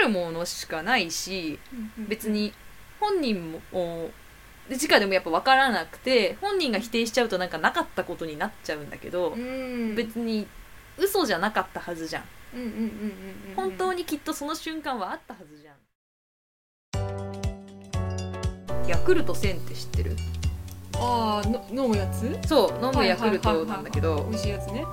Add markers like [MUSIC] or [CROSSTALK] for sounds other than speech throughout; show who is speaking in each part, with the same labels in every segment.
Speaker 1: るものしかないし別
Speaker 2: に
Speaker 1: に本人もおで直でもやっぱ分からなくて本人が否定しちゃうとなんかなかったことになっちゃうんだけど
Speaker 2: うん
Speaker 1: 別に嘘じゃなかったはずじゃん
Speaker 2: うんうんうんうんうん
Speaker 1: 本当にきっとその瞬間はあったはずじゃんヤクルト1000って知ってる
Speaker 2: ああの飲むやつ
Speaker 1: そう飲むヤクル
Speaker 2: はいは
Speaker 1: ト
Speaker 2: いはいはい
Speaker 1: なんだけど
Speaker 2: 美味しいやつね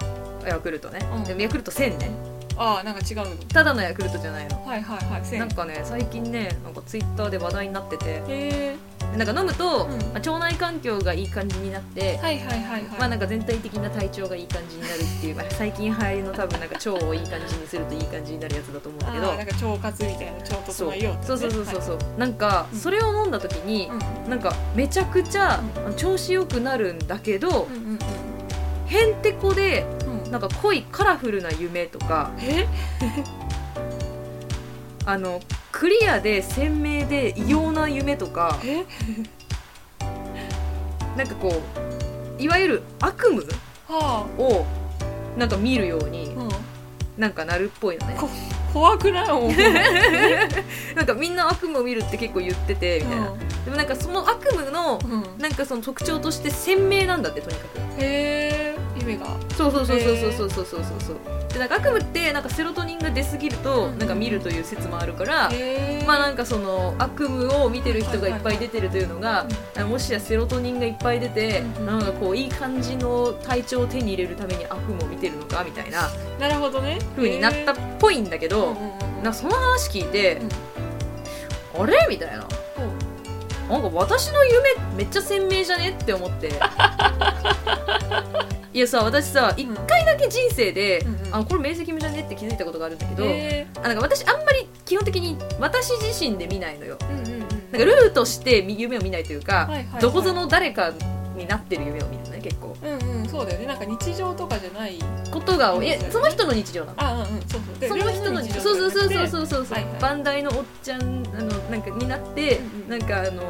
Speaker 1: ヤクルトね、
Speaker 2: うん
Speaker 1: でもヤクルト1000ね
Speaker 2: ああなんか違うの
Speaker 1: ただのヤクルトじゃないの
Speaker 2: はいはいはいせん
Speaker 1: なんかね最近ねなんかツイッターで話題になってて
Speaker 2: へ
Speaker 1: なんか飲むと、
Speaker 2: うん
Speaker 1: まあ腸内環境がいい感じになって、
Speaker 2: えはいはいはいはい
Speaker 1: まあなんか全体的な体調がいい感じになるっていう、まあ、最近流行りの多分なんか腸をいい感じにするといい感じになるやつだと思うんだけ
Speaker 2: あ
Speaker 1: ど
Speaker 2: ーなんか腸活みたいな腸
Speaker 1: そう
Speaker 2: 整えようってね
Speaker 1: そうそうそうそう
Speaker 2: は
Speaker 1: そう、なんか
Speaker 2: うん
Speaker 1: それを飲んだ時に
Speaker 2: い、
Speaker 1: なんかめちゃくちゃ
Speaker 2: うん
Speaker 1: あの調子よくなるんだけど、
Speaker 2: うんうん
Speaker 1: へんてこで
Speaker 2: うんうん
Speaker 1: なんか濃いカラフルな夢とか
Speaker 2: え
Speaker 1: あのクリアで鮮明で異様な夢とか
Speaker 2: え
Speaker 1: なんかこういわゆる悪夢
Speaker 2: はあ
Speaker 1: をなんか見るように
Speaker 2: うん
Speaker 1: なんかなるっぽいのね
Speaker 2: こ怖くないもん
Speaker 1: なんかみんな悪夢を見るって結構言っててみたいな、でもなんかその悪夢の
Speaker 2: うんうん
Speaker 1: なんかその特徴として鮮明なんだってとにかく
Speaker 2: へえ夢が
Speaker 1: そうそうそうそうそうそうそうそうそうでなんか悪夢ってなんかセロトニンが出すぎると
Speaker 2: うん
Speaker 1: なんか見るという説もあるから、
Speaker 2: へえ
Speaker 1: まあなんかその悪夢を見てる人がいっぱい出てるというのが
Speaker 2: うん、
Speaker 1: あもしやセロトニンがいっぱい出て、
Speaker 2: うん
Speaker 1: なんかこういい感じの体調を手に入れるために悪夢を見てるのかみたいな
Speaker 2: なるほどね
Speaker 1: 風になったっぽいんだけ
Speaker 2: と
Speaker 1: ど、なんかその話聞いて、あれみたいななんか私の夢めっちゃ鮮明じゃねって思って
Speaker 2: [LAUGHS]
Speaker 1: いやさ私さ一回だけ人生で、
Speaker 2: うんうん
Speaker 1: あこれ明晰夢じゃねって気づいたことがあるんだけど、
Speaker 2: へえ
Speaker 1: あなんか私あんまり基本的に私自身で見ないのよ
Speaker 2: うんうんう
Speaker 1: な
Speaker 2: ん
Speaker 1: んかルールとしてみ夢を見ないというか、
Speaker 2: はいはいはい
Speaker 1: どこぞの誰かになってる夢を見るのね結構
Speaker 2: うんうんそうだよねなんか日常とかじゃない
Speaker 1: ことが多い
Speaker 2: いい
Speaker 1: え
Speaker 2: です
Speaker 1: そ
Speaker 2: よね
Speaker 1: の人の日常なの
Speaker 2: あうんうんそうそうで
Speaker 1: その人の
Speaker 2: 日常
Speaker 1: そうそうそう
Speaker 2: と
Speaker 1: そう
Speaker 2: かじゃなくて
Speaker 1: そうそうそう、
Speaker 2: はいはい
Speaker 1: バンダイのおっちゃんあのなんかになって、
Speaker 2: うんうん
Speaker 1: なんかあの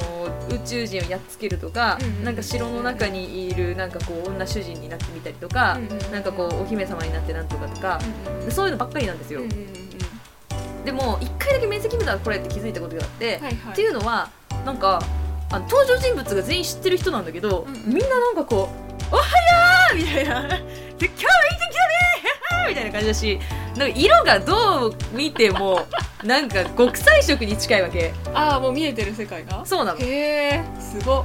Speaker 1: 宇宙人をやっつけるとか、
Speaker 2: うんうん
Speaker 1: なんか城の中にいるなんかこう女主人になってみたりとか、
Speaker 2: うんうん
Speaker 1: なんかこうお姫様になってなんとかとか、
Speaker 2: うんうん
Speaker 1: そういうのばっかりなんですよ、
Speaker 2: うんうんうん
Speaker 1: でも一回だけ面積見たらこれって気づいたことがあって、
Speaker 2: はいはい
Speaker 1: っていうのはなんかあの登場人物が全員知ってる人なんだけど、
Speaker 2: うんうん
Speaker 1: みんななんかこう「おはよう!」みたいな「で今日もいい天気だね!」みたいな感じだしなんか色がどう見て
Speaker 2: [LAUGHS]
Speaker 1: もなんか極彩色に近いわけ
Speaker 2: ああもう見えてる世界が
Speaker 1: そうなの
Speaker 2: へえすごっ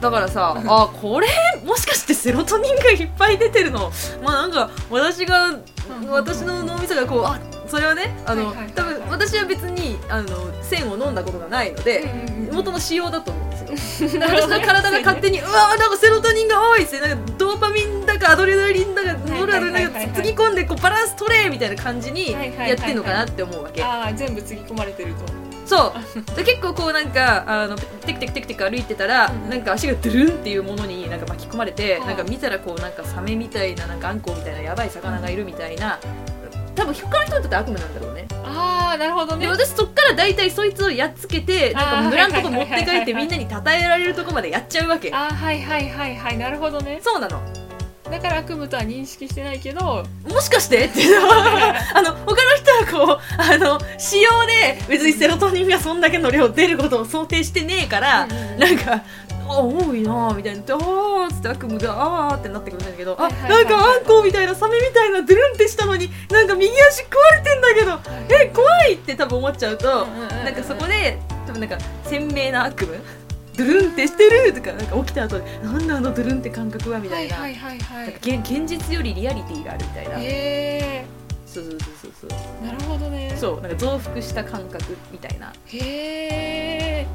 Speaker 1: だからさあこれもしかしてセロトニンがいっぱい出てるのまあなんか私が
Speaker 2: うん
Speaker 1: 私の脳みそがこうあそれはねあの
Speaker 2: はいはいはいはい
Speaker 1: 多分私は別にあの線を飲んだことがないので、元の仕様だと思うんですよだからその体が勝手
Speaker 2: [LAUGHS]
Speaker 1: にうわーなんかセロトニンが多いっすねなんかドーパミンだかアドレナリンだか
Speaker 2: い
Speaker 1: ノルアドレナリンだ
Speaker 2: はいはい
Speaker 1: か
Speaker 2: はい
Speaker 1: つぎ込んでこうバランス取れみたいな感じに
Speaker 2: はいはいはいはい
Speaker 1: やってんのかなって思うわけ
Speaker 2: ああ全部つぎ込まれてると
Speaker 1: そうで結構こうなんかあのテクテクテクテク歩いてたら、
Speaker 2: うん
Speaker 1: なんか足がドゥルンっていうものになんか巻き込まれて、
Speaker 2: うん
Speaker 1: なんか見たらこうなんかサメみたいななんかアンコウみたいなやばい魚がいるみたいな多分他の人にとって悪夢なんだろうね
Speaker 2: ああなるほどね
Speaker 1: で私そっから大体そいつをやっつけてなんか村のとこ持って
Speaker 2: あー
Speaker 1: 帰っ
Speaker 2: はいはいはいはい
Speaker 1: てみんなに称えられるとこまでやっちゃうわけ
Speaker 2: あーはいはいはいはいなるほどね
Speaker 1: そうなの
Speaker 2: だから悪夢とは認識してないけど
Speaker 1: もしかして [LAUGHS] っていうのはあの他の人はこうあの使用で別にセロトニンがそんだけの量出ることを想定してねえから、なんか「あ多いな」みたいになって「あー」っつって悪夢で「あー」ってなってくるんだけど「あ
Speaker 2: はいはいは
Speaker 1: ないんかあんこうみたいなサメみたいなドゥルンってしたのになんか右足食われてんだけどえ怖い!」って多分思っちゃうと。な
Speaker 2: なん
Speaker 1: かそこで多分なんか鮮明な悪夢ドゥルンってしてるとかなんか起きた後でなんだあのドゥルンって感覚はみたいな,、
Speaker 2: はいはいはいは
Speaker 1: なん
Speaker 2: い
Speaker 1: か現現実よりリアリティがあるみたいな、
Speaker 2: へ
Speaker 1: そうそうそうそうそ
Speaker 2: えなるほどね
Speaker 1: うそうなんか増幅した感覚みたいな
Speaker 2: へ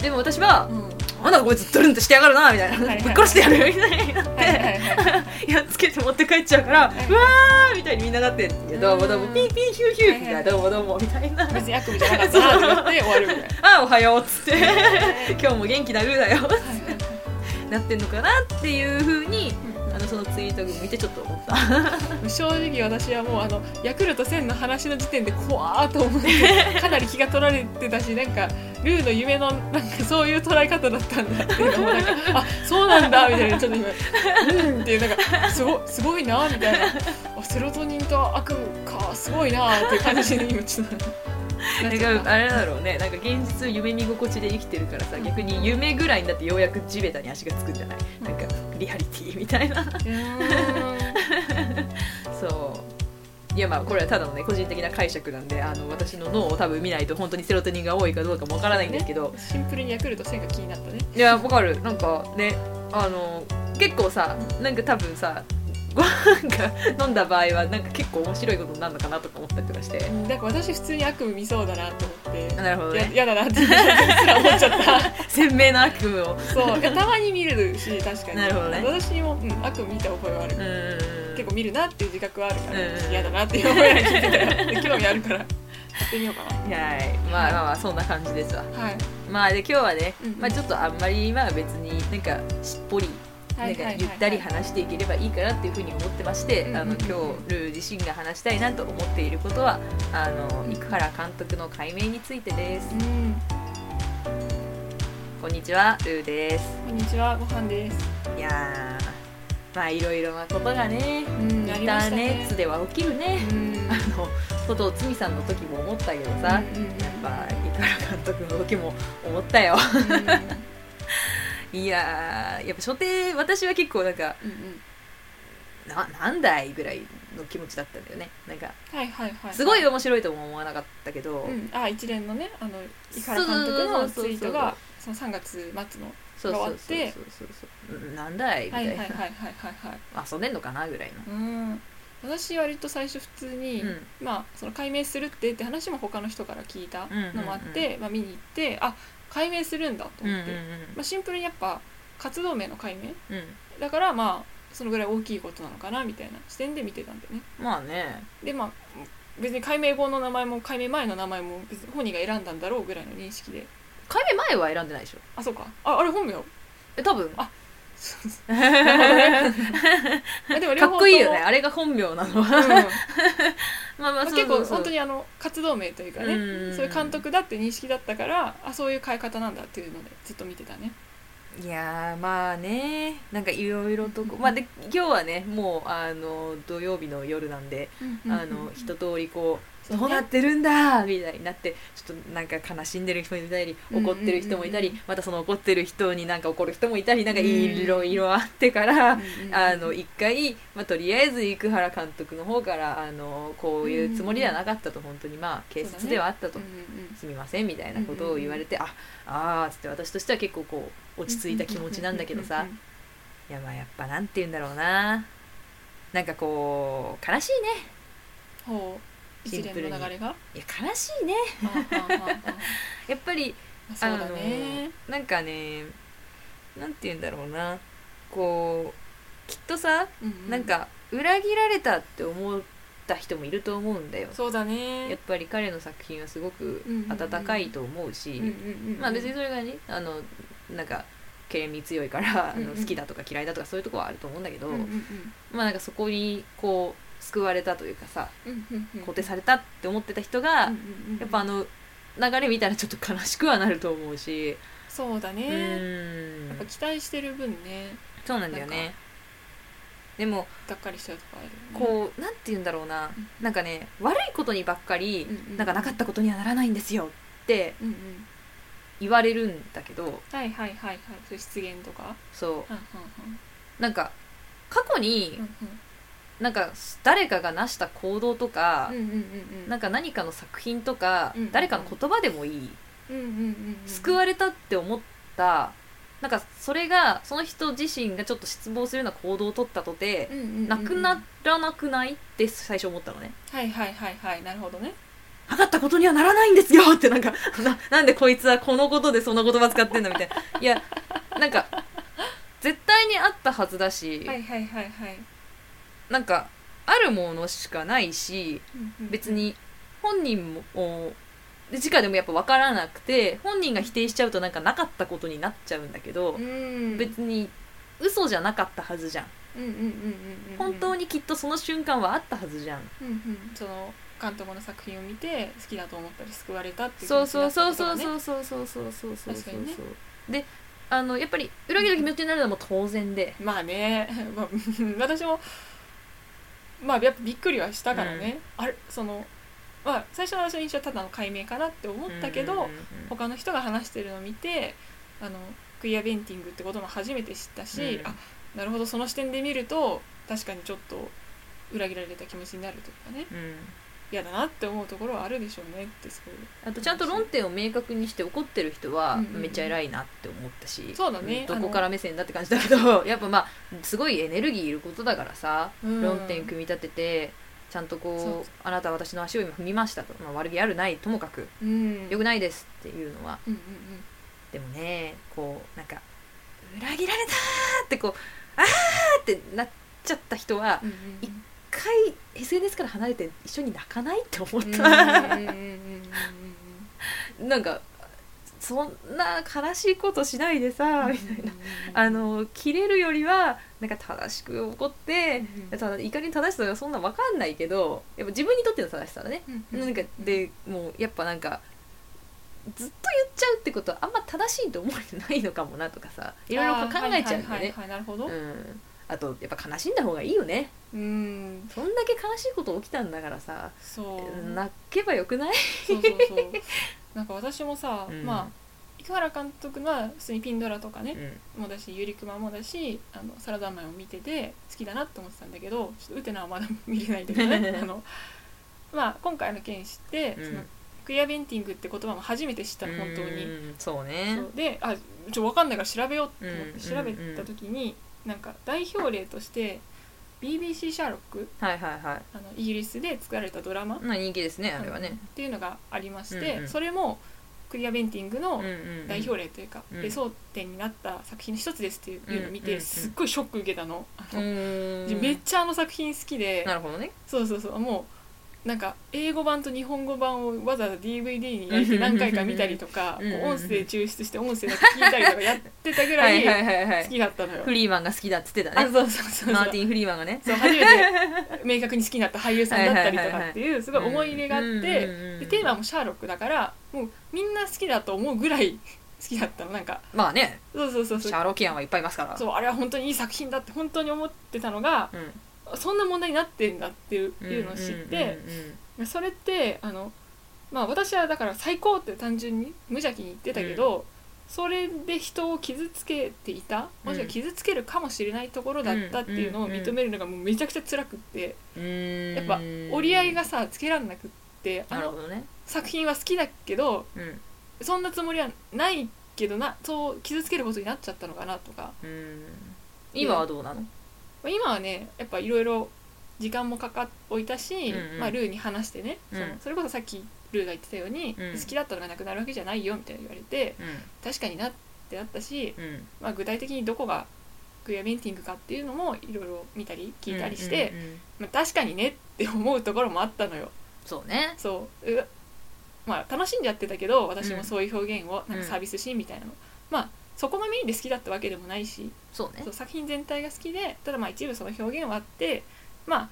Speaker 2: え
Speaker 1: でも私は [LAUGHS]
Speaker 2: うん
Speaker 1: 「な
Speaker 2: は
Speaker 1: んだこいつドゥルンってしてやがるな」みたいな「
Speaker 2: はいはい
Speaker 1: ぶっ殺してやる」みたいになって、
Speaker 2: いはいはい
Speaker 1: やっつけて持って帰っちゃうから「
Speaker 2: いう
Speaker 1: わー」みたいにみんななって「いやどうもどうも
Speaker 2: うん
Speaker 1: ピーピーヒューヒュー」みたいない
Speaker 2: はは
Speaker 1: 「
Speaker 2: い
Speaker 1: どうもどうも」みたいな
Speaker 2: 別に悪夢じゃなかったなって言って終わるみたい
Speaker 1: 「 [LAUGHS] あーおはよう」っつって [LAUGHS]
Speaker 2: な
Speaker 1: 「
Speaker 2: はい
Speaker 1: 今日も元気なルーだよ」
Speaker 2: はいはい
Speaker 1: なってんのかなっていうふうに
Speaker 2: うん
Speaker 1: あのそのツイートを見てちょっと思った
Speaker 2: 正直私はもうあのヤクルト1000の話の時点で怖ーと思ってかなり気が取られてたしなんかルーの夢のなんかそういう捉え方だったんだっていうかもうなんかあそうなんだみたいなちょっと今うんっていうなんかすごすごいなみたいなあセロトニンと悪夢かすごいなーって感じで今ちょっと [LAUGHS] なっちゃ
Speaker 1: な
Speaker 2: っ
Speaker 1: ん
Speaker 2: た [LAUGHS]
Speaker 1: かあれだろうねなんか現実を夢見心地で生きてるからさ逆に夢ぐらいになってようやく地べたに足がつくんじゃないなんかリアリティみた [LAUGHS] いな
Speaker 2: うー
Speaker 1: そういやまあこれはただのね個人的な解釈なんであの私の脳を多分見ないと本当にセロトニンが多いかどうかもわからないんですけど
Speaker 2: んシンプルにヤクルト1000が気になったね
Speaker 1: いやわかるなんかねあの結構さなんか多分さご飯が飲んだ場合はなんか結構面白いことになるのかなとか思ったりとかして
Speaker 2: なんか私普通に悪夢見そうだなと思って
Speaker 1: あなるほど
Speaker 2: や
Speaker 1: ね
Speaker 2: やだなってすら思っち
Speaker 1: [LAUGHS]
Speaker 2: ゃった
Speaker 1: 鮮明な悪夢を
Speaker 2: そういやたまに見るし確かに
Speaker 1: なるほどね
Speaker 2: 私にも、うん、悪夢見た覚えはある
Speaker 1: う、ーん
Speaker 2: 結構見るなっていう自覚はあるから、
Speaker 1: うん
Speaker 2: 嫌だなっていう思いが聞いてたら [LAUGHS] 興味あるからやってみようか
Speaker 1: はいまあまあまあそんな感じですわ
Speaker 2: なはい
Speaker 1: まあで今日はね、
Speaker 2: うん
Speaker 1: まあ、ちょっとあんまり今は別になんかしっぽりなんかゆったり話していければいいかなっていうふうに思ってまして、
Speaker 2: うんうん
Speaker 1: あの今日ルー自身が話したいなと思っていることはあの
Speaker 2: うん
Speaker 1: 生原監督の解明についてです
Speaker 2: うん
Speaker 1: こんにちはルーです
Speaker 2: こんにちはご飯です
Speaker 1: いやーまあいろいろなことがね
Speaker 2: うん
Speaker 1: イン
Speaker 2: あり
Speaker 1: タ
Speaker 2: まし
Speaker 1: ーネ
Speaker 2: たね
Speaker 1: ットでは起きるね
Speaker 2: うん
Speaker 1: あの外つみさんの時も思ったけどさ、やっぱ生原監督の時も思ったよ
Speaker 2: うんうん
Speaker 1: いやーやっぱ初手私は結構なんか
Speaker 2: うんうん
Speaker 1: ななんだいぐらいの気持ちだったんだよねなんか
Speaker 2: はいはいは
Speaker 1: [LAUGHS]
Speaker 2: い
Speaker 1: すごい面白いとも思わなかったけど、
Speaker 2: うん、あ一連のねあの井原監督のツイートがその3月末の
Speaker 1: そうそうそうそう
Speaker 2: 変わって
Speaker 1: そうそううんなんだいみ
Speaker 2: は
Speaker 1: た
Speaker 2: い
Speaker 1: い
Speaker 2: は
Speaker 1: な、
Speaker 2: いはいはいはいはい
Speaker 1: 遊んでんのかなぐらいの、
Speaker 2: うん私割と最初普通に、
Speaker 1: うん
Speaker 2: まあその解明するってって話も他の人から聞いたのもあって、
Speaker 1: うん
Speaker 2: まあ、見に行ってあ解明するんだと
Speaker 1: うん
Speaker 2: 思って、まあ、シンプルにやっぱ活動名の解明
Speaker 1: うんうん
Speaker 2: だからまあそのぐらい大きいことなのかなみたいな視点で見てたんだよね
Speaker 1: まあね
Speaker 2: でまあ別に解明後の名前も解明前の名前も別に本人が選んだんだろうぐらいの認識で
Speaker 1: 解明前は選んでないでしょ
Speaker 2: あそうかああれ本名 [LAUGHS]
Speaker 1: え多分
Speaker 2: あなるほどねで
Speaker 1: [LAUGHS] かっ
Speaker 2: も両方とも
Speaker 1: こいいよねあれが本名な [LAUGHS] の
Speaker 2: うんま
Speaker 1: まあま
Speaker 2: あ
Speaker 1: あ
Speaker 2: 結構本当
Speaker 1: に
Speaker 2: にあの活動名というかね、
Speaker 1: うん
Speaker 2: そういう監督だって認識だったからあそういう変え方なんだっていうのでずっと見てたね
Speaker 1: いやーまあねなんかいろいろとこまあで今日はねもうあの土曜日の夜なんであの一通りこう
Speaker 2: そうね
Speaker 1: どうなってるんだみたいになってちょっとなんか悲しんでる人もいたり怒ってる人もいた
Speaker 2: うんうん
Speaker 1: りまたその怒ってる人になんか怒る人もいたりなんか
Speaker 2: うん
Speaker 1: いろいろあってから。あの
Speaker 2: い
Speaker 1: 一回、まあ、とりあえず生原監督の方からあのこういうつもりではなかったと本当にまあ軽
Speaker 2: そうだ
Speaker 1: 率
Speaker 2: ね
Speaker 1: ではあったと、
Speaker 2: うん
Speaker 1: すみませんみたいなことを言われて、ああーっつって私としては結構こう落ち着いた気持ちなんだけどさ、
Speaker 2: うんうん
Speaker 1: いやまあやっぱなんて言うんだろうななんかこう悲しいね
Speaker 2: うんほう
Speaker 1: シン
Speaker 2: 一
Speaker 1: プ
Speaker 2: 連
Speaker 1: ルに
Speaker 2: の
Speaker 1: [LAUGHS]
Speaker 2: 流れが
Speaker 1: いや悲しいね
Speaker 2: あああああ
Speaker 1: やっぱり
Speaker 2: あそうだね
Speaker 1: なんかねなんて言うんだろうなこうきっとさ
Speaker 2: うう
Speaker 1: なんか裏切られたって思った人もいると思うんだよ、
Speaker 2: そうだ
Speaker 1: やっ
Speaker 2: ね
Speaker 1: ぱり彼の作品はすごく
Speaker 2: うんうんうん
Speaker 1: 温かいと思うし、まあ別にそれがねあのなんかけれみ強いからあ
Speaker 2: うん
Speaker 1: の
Speaker 2: うん
Speaker 1: 好きだとか嫌いだとかそういうとこはあると思うんだけど、
Speaker 2: うんうん
Speaker 1: まあなんかそこにこう救われたというかさ
Speaker 2: うんうんうん
Speaker 1: 肯定されたって思ってた人が、
Speaker 2: うんうんうん
Speaker 1: やっぱあの流れ見たらちょっと悲しくはなると思うし、
Speaker 2: そうだ
Speaker 1: う
Speaker 2: ね
Speaker 1: ーん
Speaker 2: やっぱ期待してる分ね
Speaker 1: そうなんだよ
Speaker 2: なん
Speaker 1: ねでも
Speaker 2: がっかりしちゃうとかあるよね
Speaker 1: こうなんて言うんだろうななんかね悪いことにばっかり
Speaker 2: うんうん
Speaker 1: なんかなかったことにはならないんですよって
Speaker 2: うんうん
Speaker 1: 言われるんだけど
Speaker 2: はいはいはいはいそういう失言とか
Speaker 1: そ
Speaker 2: うんうん
Speaker 1: うなんか過去
Speaker 2: う
Speaker 1: に
Speaker 2: ん
Speaker 1: なんか誰かがなした行動とか
Speaker 2: うんうんうんうん
Speaker 1: なんか何かの作品とか
Speaker 2: うん
Speaker 1: 誰かの言葉でもいい
Speaker 2: うんうんうんうん
Speaker 1: 救われたって思ったなんかそれがその人自身がちょっと失望するような行動を取ったとて
Speaker 2: うんうんうんうん
Speaker 1: なくならなくないって最初思ったのね
Speaker 2: はいはいはいはいなるほどね
Speaker 1: なかったことにはならないんですよ [LAUGHS] ってなんかななんでこいつはこのことでそんな言葉使ってんだみたいないやなんか絶対にあったはずだし、
Speaker 2: はいはいはいはい
Speaker 1: なんかあるものしかないし
Speaker 2: うんうん
Speaker 1: 別に本人もおで直でもやっぱ分からなくて本人が否定しちゃうとなんかなかったことになっちゃうんだけど
Speaker 2: う、ん
Speaker 1: 別に嘘じゃなかったはずじゃん
Speaker 2: うんうんうんうんうん
Speaker 1: 本当にきっとその瞬間はあったはずじゃん、
Speaker 2: うんうんその監督の作品を見て好きだと思ったり救われたっていう気
Speaker 1: そう
Speaker 2: 持ちに
Speaker 1: そ
Speaker 2: な
Speaker 1: う
Speaker 2: った
Speaker 1: そう
Speaker 2: こと
Speaker 1: そう
Speaker 2: が
Speaker 1: そうそ
Speaker 2: ね
Speaker 1: うそうそうそうそう
Speaker 2: 確かにね
Speaker 1: であのやっぱり裏切る気持ちになるのも当然で
Speaker 2: まあね、まあ、私もまあやっぱびっくりはしたからね、あれそのまあ最初の私の印象はただの解明かなって思ったけど、
Speaker 1: うんうんうんうん
Speaker 2: 他の人が話してるのを見てあのクイアベンティングってことも初めて知ったし、
Speaker 1: うん
Speaker 2: あなるほどその視点で見ると確かにちょっと裏切られた気持ちになるというかね
Speaker 1: うん
Speaker 2: 嫌だなって思うところはあるでしょうねってすごい
Speaker 1: あとちゃんと論点を明確にして怒ってる人は
Speaker 2: うんうん
Speaker 1: めっちゃ偉いなって思ったし、
Speaker 2: そうだね
Speaker 1: んどこから目線だって感じだけどやっぱまあすごいエネルギーいることだからさ、
Speaker 2: うん
Speaker 1: 論点組み立ててちゃんと
Speaker 2: そう
Speaker 1: こうあなたは私の足を今踏みましたと、まあ、悪気あるないともかく
Speaker 2: うん
Speaker 1: 良くないですっていうのは
Speaker 2: うんうん
Speaker 1: でもねこうなんか裏切られたーってこうあーってなっちゃった人は
Speaker 2: うんうん
Speaker 1: い一回 SNS から離れて一緒に泣かないって思っ
Speaker 2: うん
Speaker 1: た。
Speaker 2: うんうんうんうんうん
Speaker 1: なんかそんな悲しいことしないでさ
Speaker 2: うん
Speaker 1: みたいな。あの切れるよりはなんか正しく怒って
Speaker 2: うん
Speaker 1: ただ怒りの正しさがそんな分かんないけどやっぱ自分にとっての正しさだね。
Speaker 2: うんうん
Speaker 1: なんかでもうやっぱなんかずっと言っちゃうってことはあんま正しいと思えてないのかもなとかさいろいろこう考えちゃうんだ
Speaker 2: あーはいはいはい
Speaker 1: ね。
Speaker 2: はいなるほど
Speaker 1: うんあとやっぱ悲しんだ方がいいよね
Speaker 2: うん
Speaker 1: そんだけ悲しいこと起きたんだからさ
Speaker 2: そう
Speaker 1: 泣けばよくない
Speaker 2: そうそうそうなんか私もさ、
Speaker 1: うん
Speaker 2: まあ生原監督は普通にピンドラとかね、もだしゆりくまもだしあのサラダマンを見てて好きだなって思ってたんだけどちょっとウテナはまだ見れないんだけ
Speaker 1: [LAUGHS]
Speaker 2: どねあの、まあ、今回の件知って、
Speaker 1: うん
Speaker 2: そのクイアベンティングって言葉も初めて知ったの本当
Speaker 1: う
Speaker 2: に。
Speaker 1: んそうね
Speaker 2: そうであちょ分かんないから調べようと思って
Speaker 1: う
Speaker 2: 調
Speaker 1: んう
Speaker 2: べ
Speaker 1: んうん
Speaker 2: た時に、なんか代表例として BBC シャーロック
Speaker 1: はいはいはい
Speaker 2: あのイギリスで作られたドラマ
Speaker 1: まあ人気ですねあれは
Speaker 2: うん
Speaker 1: ね
Speaker 2: っ、ていうのがありまして、
Speaker 1: うんうん
Speaker 2: それもクリアベンティングの代表
Speaker 1: 例
Speaker 2: 例というか、
Speaker 1: うん
Speaker 2: で争点になった作品の一つですっていうのを見て、
Speaker 1: うんうんうん
Speaker 2: すっごいショック受けたのあの
Speaker 1: うん
Speaker 2: めっちゃあの作品好きで
Speaker 1: なるほどね
Speaker 2: そうそうそうもうなんか英語版と日本語版をわざわざ DVD に焼いて何回か見たりとか、
Speaker 1: うんうんうん
Speaker 2: こう音声抽出して音声だけ聞いたりとかやってたぐ
Speaker 1: は
Speaker 2: ら
Speaker 1: いはい
Speaker 2: い
Speaker 1: はいは
Speaker 2: 好
Speaker 1: い
Speaker 2: きだったのよ。
Speaker 1: フリーマンが好きだっつってた
Speaker 2: あ
Speaker 1: ね
Speaker 2: そうそうそう
Speaker 1: マ
Speaker 2: そ
Speaker 1: ー
Speaker 2: う
Speaker 1: ティン・フリーマンがね
Speaker 2: そう初めて明確に好きになった俳優さんだったりとかっていうすごい思い入れがあって、
Speaker 1: うんうんうん
Speaker 2: でテーマもシャーロックだからもうみんな好きだと思うぐらい好 [LAUGHS] きだったのなんか
Speaker 1: まあね
Speaker 2: そうそうそう
Speaker 1: シ
Speaker 2: そ
Speaker 1: ャ
Speaker 2: う
Speaker 1: ーロキアンはいっぱいいますから
Speaker 2: そうあれは本当にいい作品だって本当に思ってたのが
Speaker 1: うん
Speaker 2: そんな問題になってんだっていう
Speaker 1: うん
Speaker 2: いうのを知って、
Speaker 1: うんうん
Speaker 2: それってあの、まあ、私はだから最高って単純に無邪気に言ってたけど、それで人を傷つけていたもしくは傷つけるかもしれないところだったっていうのを認めるのがもうめちゃくちゃ辛くって。
Speaker 1: うん
Speaker 2: やっぱ折り合いがさつけらんなくってあ
Speaker 1: なるほ
Speaker 2: の
Speaker 1: どね
Speaker 2: 作品は好きだけど
Speaker 1: うん
Speaker 2: そんなつもりはないけどなそう傷つけることになっちゃったのかなとか、
Speaker 1: うん今はどうなの
Speaker 2: まあ、今はねやっぱいろいろ時間もかかっおいたし、
Speaker 1: うんうん
Speaker 2: まあ、ルーに話してね、その
Speaker 1: うん
Speaker 2: それこそさっきルーが言ってたように、
Speaker 1: うん
Speaker 2: 好きだったのがなくなるわけじゃないよみたいな言われて
Speaker 1: う
Speaker 2: 確かになってなったし、
Speaker 1: んうん
Speaker 2: まあ、具体的にどこがクエアベンティングかっていうのもいろいろ見たり聞いたりして、
Speaker 1: うんうんうん
Speaker 2: まあ、確かにねって思うところもあったのよ。
Speaker 1: そうね
Speaker 2: そううまあ楽しんじゃってたけど私
Speaker 1: う
Speaker 2: も
Speaker 1: ん
Speaker 2: そういう表現をなん
Speaker 1: うん
Speaker 2: かサービスシーンみたいなの、まあそこがメインで好きだったわけでもないし
Speaker 1: そうね
Speaker 2: そう作品全体が好きでただまあ一部その表現はあってま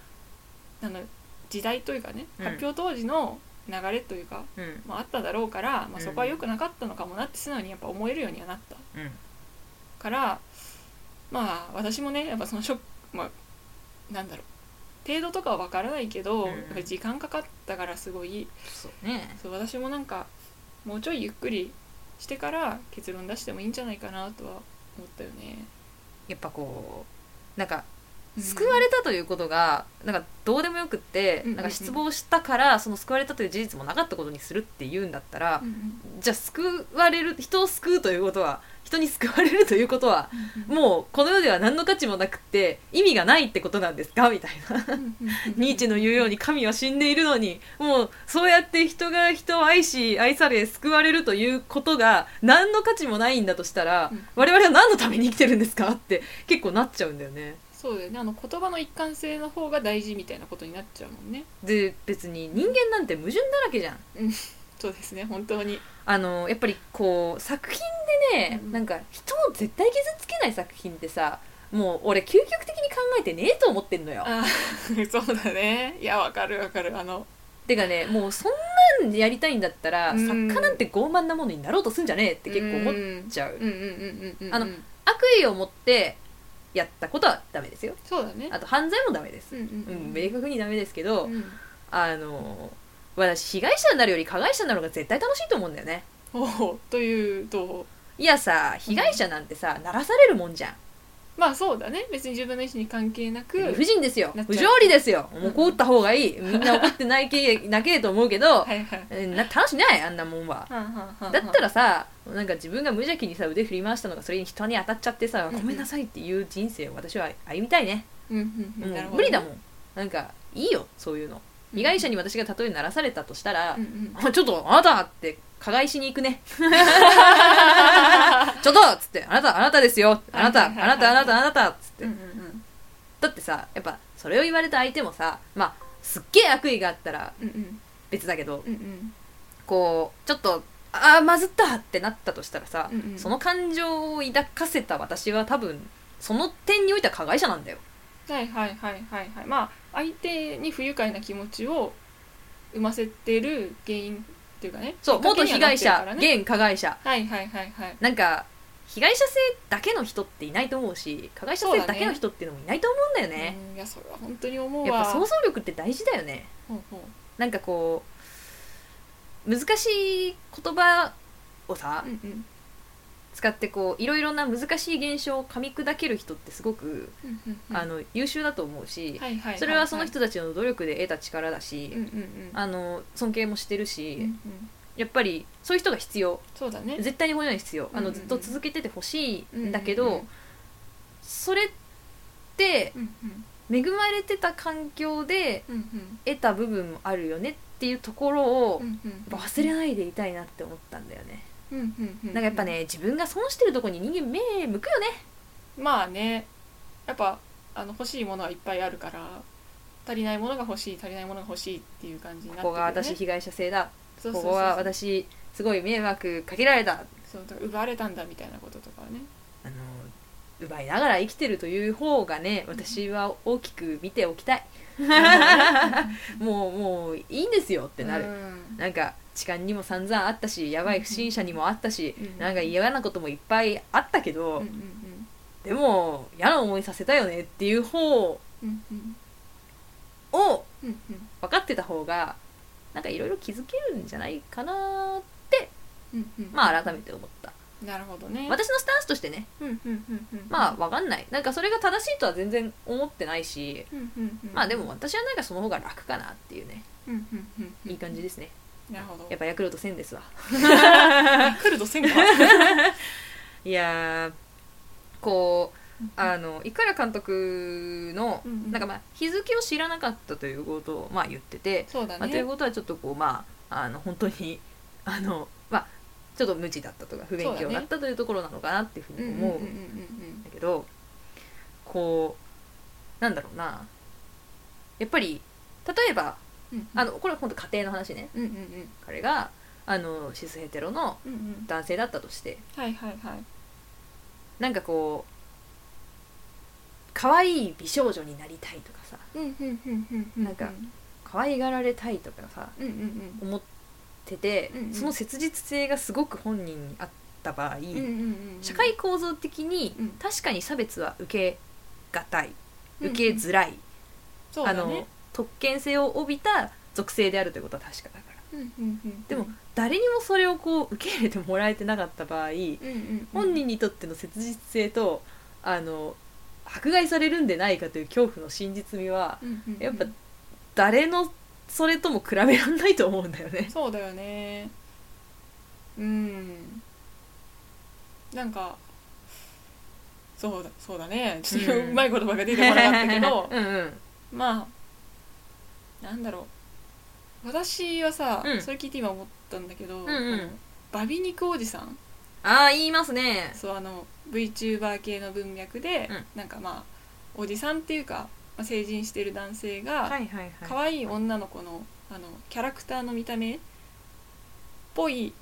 Speaker 2: ああの時代というかね
Speaker 1: うん
Speaker 2: 発表当時の流れというか、
Speaker 1: うん
Speaker 2: まあ、あっただろうから、ま
Speaker 1: うん
Speaker 2: あ、そこは良くなかったのかもなって素直にやっぱ思えるようにはなった
Speaker 1: うん
Speaker 2: からまあ私もねやっぱそのショックまあなんだろう程度とかは分からないけど、
Speaker 1: うん
Speaker 2: やっぱり時間かかったからすごい
Speaker 1: そうね
Speaker 2: そう私もなんかもうちょいゆっくりしてから結論出してもいいんじゃないかなとは思ったよね。
Speaker 1: やっぱこうなんか
Speaker 2: うん
Speaker 1: 救われたということがなんかどうでもよくって、
Speaker 2: うんうんうん
Speaker 1: なんか失望したからその救われたという事実もなかったことにするっていうんだったら
Speaker 2: う、ん
Speaker 1: じゃあ救われる人を救うということは人に救われるということは
Speaker 2: うん
Speaker 1: もうこの世では何の価値もなくって意味がないってことなんですかみたいな [LAUGHS] ニーチェの言うように神は死んでいるのにもうそうやって人が人を愛し愛され救われるということが何の価値もないんだとしたら、
Speaker 2: うん
Speaker 1: 我々は何のために生きてるんですかって結構なっちゃうんだよね。
Speaker 2: そうだよねあの言葉の一貫性の方が大事みたいなことになっちゃうもんね。
Speaker 1: で別に人間なんて矛盾だらけじゃん
Speaker 2: そうですね本当に。
Speaker 1: あのやっぱりこう作品でね、
Speaker 2: うん
Speaker 1: なんか人を絶対傷つけない作品ってさもう俺究極的に考えてねえと思ってんのよ
Speaker 2: あー [LAUGHS] そうだねいやわかるわかるあの
Speaker 1: てかねもうそんなんやりたいんだったら、
Speaker 2: うん
Speaker 1: 作家なんて傲慢なものになろうとすんじゃねえって結構思っちゃう、
Speaker 2: うんうんうんうんうんうん
Speaker 1: あの悪意を持ってやったことはダメですよ
Speaker 2: そうだね
Speaker 1: あと犯罪もダメです
Speaker 2: うんうん
Speaker 1: う
Speaker 2: うんん
Speaker 1: 明確にダメですけど、
Speaker 2: うん
Speaker 1: あの私被害者になるより加害者になるのが絶対楽しいと思うんだよね
Speaker 2: おおというと
Speaker 1: いやさ被害者なんてさ、ならされるもんじゃん
Speaker 2: まあそうだね別に自分の意思に関係なく
Speaker 1: 理不尽ですよ
Speaker 2: なっち
Speaker 1: 不
Speaker 2: ゃう
Speaker 1: 条理ですよもう
Speaker 2: うん
Speaker 1: 怒った方がいいみんな怒ってないけなけれと思うけど、
Speaker 2: はいはい
Speaker 1: えーな楽しないあんなもんは
Speaker 2: はんはんはんはん
Speaker 1: だったらさなんか自分が無邪気にさ腕振り回したのがそれに人に当たっちゃってさ、
Speaker 2: うんう
Speaker 1: ご
Speaker 2: ん
Speaker 1: めんなさいっていう人生を私は歩みたいね、
Speaker 2: うんうんうんなる
Speaker 1: もう
Speaker 2: ほど
Speaker 1: 無理だもんなんかいいよそういうの被害者に私が例えならされたとしたら
Speaker 2: うんう、ん
Speaker 1: あちょっとあなたって加害しに行く
Speaker 2: [LAUGHS]
Speaker 1: ねちょっとっつってあなたあなたですよあなたあ
Speaker 2: はいはい
Speaker 1: な
Speaker 2: はい
Speaker 1: た
Speaker 2: はい
Speaker 1: あなたあなたっつって、
Speaker 2: うんうん
Speaker 1: だってさやっぱそれを言われた相手もさまあすっげえ悪意があったら
Speaker 2: うんうん
Speaker 1: 別だけど
Speaker 2: うんうん
Speaker 1: こうちょっとああまずったってなったとしたらさ、
Speaker 2: うんうん
Speaker 1: その感情を抱かせた私は多分その点においては加害者なんだよ
Speaker 2: はいはいはいはいはいまあ相手に不愉快な気持ちを生ませてる原因っていうかね
Speaker 1: そう
Speaker 2: きっか
Speaker 1: 元
Speaker 2: けには
Speaker 1: 被
Speaker 2: な
Speaker 1: 害
Speaker 2: ってるか
Speaker 1: 者、
Speaker 2: らね
Speaker 1: 現加害者
Speaker 2: はいはいはいはい
Speaker 1: なんか被害者性だけの人っていないと思うし加害者性だけの人っていうのもいないと思うんだよね
Speaker 2: うんいやそれは本当に思うわ
Speaker 1: やっぱ想像力って大事だよね
Speaker 2: ほうほう
Speaker 1: なんかこう難しい言葉をさ、
Speaker 2: うんうん
Speaker 1: 使ってこういろいろな難しい現象を噛み砕ける人ってすごく、
Speaker 2: うんうんうん
Speaker 1: あの優秀だと思うし、
Speaker 2: はいはいいい
Speaker 1: それはその人たちの努力で得た力だし、
Speaker 2: うんうんうん
Speaker 1: あの尊敬もしてるし、
Speaker 2: うんうん
Speaker 1: やっぱりそういう人が必要
Speaker 2: そうだね
Speaker 1: 絶対にこういうのが必要あ
Speaker 2: うんう
Speaker 1: の
Speaker 2: んうん
Speaker 1: ずっと続けててほしい
Speaker 2: うんうんうん
Speaker 1: んだけど、それって
Speaker 2: うんうん
Speaker 1: 恵まれてた環境で
Speaker 2: うんうん
Speaker 1: 得た部分もあるよねっていうところを
Speaker 2: う、んうん
Speaker 1: やっぱ忘れないでいたいなって思ったんだよね、
Speaker 2: うんうんう
Speaker 1: なん
Speaker 2: ん
Speaker 1: かやっぱね自分が損してるとこに人間目向くよね
Speaker 2: まあねやっぱあの欲しいものはいっぱいあるから足りないものが欲しい足りないものが欲しいっていう感じになって
Speaker 1: ここが
Speaker 2: るよ
Speaker 1: 私
Speaker 2: ね
Speaker 1: 被害者性だ
Speaker 2: そうそうそうそう
Speaker 1: ここは私すごい迷惑かけられた
Speaker 2: そうだから奪われたんだみたいなこととかね
Speaker 1: あの奪いながら生きてるという方がね私は大きく見ておきたいもうもういいんですよってなる、
Speaker 2: うん
Speaker 1: なんか痴漢にも散々あったしやばい不審者にもあったし、
Speaker 2: うん
Speaker 1: なんか嫌なこともいっぱいあったけど、
Speaker 2: うんうんうん
Speaker 1: でも嫌な思いさせたよねっていう方
Speaker 2: うんうん
Speaker 1: を
Speaker 2: うんうん
Speaker 1: 分かってた方がなんかいろいろ気づけるんじゃないかなって
Speaker 2: うんうん
Speaker 1: まあ改めて思った
Speaker 2: なるほどね
Speaker 1: 私のスタンスとしてね
Speaker 2: うんうんうんうん
Speaker 1: まあ分かんないなんかそれが正しいとは全然思ってないし
Speaker 2: うんうんうん
Speaker 1: まあでも私はなんかその方が楽かなっていうね
Speaker 2: うんうんうんうん
Speaker 1: いい感じですね
Speaker 2: なるほど
Speaker 1: やっぱヤクルト1000ですわ
Speaker 2: 来るとせんか
Speaker 1: いやーこ
Speaker 2: うん
Speaker 1: うあのいくら監督の
Speaker 2: うんうん
Speaker 1: なんかまあ日付を知らなかったということをまあ言ってて、
Speaker 2: そうだ
Speaker 1: まあ、とい
Speaker 2: ね
Speaker 1: うことはちょっとこうまああの本当にあのまあちょっと無知だったとか不勉強だったというところなのかなっていうふうに思う
Speaker 2: うんうんうん
Speaker 1: だけどこうなんだろうなやっぱり例えば
Speaker 2: うんうん
Speaker 1: あのこれは本当家庭の話ね
Speaker 2: うんうんうん
Speaker 1: 彼があのシスヘテロの
Speaker 2: うんうん
Speaker 1: 男性だったとして
Speaker 2: はいはいはい
Speaker 1: なんかこう可愛い美少女になりたいとかさ
Speaker 2: うんうんうんうんう
Speaker 1: なんか可愛がられたいとかさ
Speaker 2: うんうん
Speaker 1: 思ってて、
Speaker 2: うんうん
Speaker 1: その切実性がすごく本人にあった場合、
Speaker 2: うんうんうんうん
Speaker 1: 社会構造的に
Speaker 2: うん
Speaker 1: 確かに差別は受けがたい受けづらい、
Speaker 2: そう
Speaker 1: あ
Speaker 2: だ
Speaker 1: の
Speaker 2: ね
Speaker 1: 特権性を帯びた属性であるということは確かだから
Speaker 2: うんうんうん
Speaker 1: でも誰にもそれをこう受け入れてもらえてなかった場合、
Speaker 2: うんうんうん
Speaker 1: 本人にとっての切実性とあの迫害されるんでないかという恐怖の真実味は
Speaker 2: うんうんうん
Speaker 1: やっぱ誰のそれとも比べられないと思うんだよ
Speaker 2: [LAUGHS]
Speaker 1: ね。
Speaker 2: そうだよねうんなんかそうだそうだねちょっと
Speaker 1: うん
Speaker 2: うまい言葉が出てこなかったけど
Speaker 1: うんうん
Speaker 2: まあなんだろう私はさ、
Speaker 1: うん
Speaker 2: それ聞いて今思ったんだけど、
Speaker 1: んうん
Speaker 2: あのバビ肉おじさん
Speaker 1: ああ言いますね。
Speaker 2: そうあの VTuber 系の文脈で、
Speaker 1: うん
Speaker 2: なんかまあおじさんっていうか、まあ、成人してる男性が、
Speaker 1: はいはい
Speaker 2: 可愛い女の子のあのキャラクターの見た目っぽい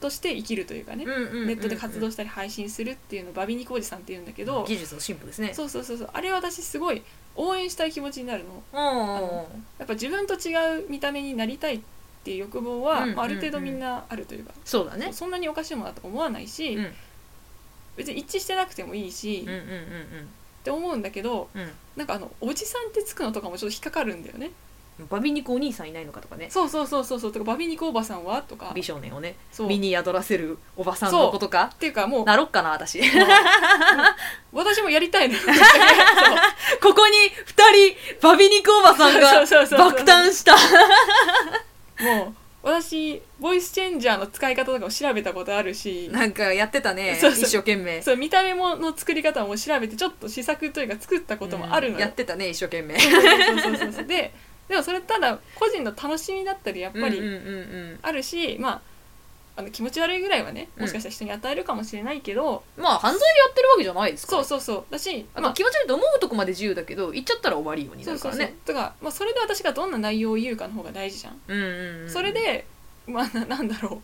Speaker 2: として生きるというかね、
Speaker 1: い。
Speaker 2: ネットで活動
Speaker 1: し
Speaker 2: したり配信するっていうのをバビニコおじさんっていうんだけ
Speaker 1: け
Speaker 2: ど、
Speaker 1: 技術の進歩ですね。
Speaker 2: そうそうそうそうあれ私すごい応援したい気持ちになるの
Speaker 1: うんうん
Speaker 2: やっぱ自分と違う見た目になりたいっていう欲望
Speaker 1: う
Speaker 2: は、
Speaker 1: んうんうん
Speaker 2: まあ、ある程度みんなあるというか、
Speaker 1: そうだね。
Speaker 2: そんなにおかしいものだと思わないし、
Speaker 1: うん
Speaker 2: 別に一致してなくてもいいし、
Speaker 1: うんうんうん
Speaker 2: って思うんだけど
Speaker 1: う
Speaker 2: なんかあのおじさんってつくのとかもちょっと引っかかるんだよね
Speaker 1: ん、バビ肉お兄さんいないのかとかね
Speaker 2: そうそうそうそうそうとかバビ肉おばさんはとか
Speaker 1: 美少年をね
Speaker 2: そう
Speaker 1: 身
Speaker 2: っ
Speaker 1: に宿らせるおばさんの子とか
Speaker 2: ていうか [LAUGHS] もう
Speaker 1: なろっかな私 [LAUGHS] こ
Speaker 2: 私もやりたいの
Speaker 1: こに2人バビ肉おばさんが
Speaker 2: そうそうそうそう
Speaker 1: 爆誕した
Speaker 2: もう私ボイスチェンジャーの使い方とかも調べたことあるし
Speaker 1: なんかやってたね
Speaker 2: そうそう
Speaker 1: 一生懸命
Speaker 2: そう見た目もの作り方も調べてちょっと試作というか作ったこともあるの
Speaker 1: うん
Speaker 2: よ、
Speaker 1: やってたね一生懸命
Speaker 2: そうそうそうそうででもそれただ個人の楽しみだったりやっぱ
Speaker 1: うん
Speaker 2: り
Speaker 1: うんうんうん
Speaker 2: あるし、まああの気持ち悪いぐらいはね
Speaker 1: うん
Speaker 2: もしかしたら人に与えるかもしれないけど、
Speaker 1: まあ犯罪でやってるわけじゃないですか
Speaker 2: そう
Speaker 1: ら
Speaker 2: そうそうだし、
Speaker 1: あ
Speaker 2: ま
Speaker 1: と
Speaker 2: あ、
Speaker 1: 気持ち悪いと思うとこまで自由だけど言っちゃったら終わりようにな
Speaker 2: そう
Speaker 1: るか
Speaker 2: そう
Speaker 1: ら
Speaker 2: そう
Speaker 1: ね
Speaker 2: とか、まあ、それで私がどんな内容を言うかの方が大事じゃん、
Speaker 1: うんうんうん
Speaker 2: それでまあななんだろ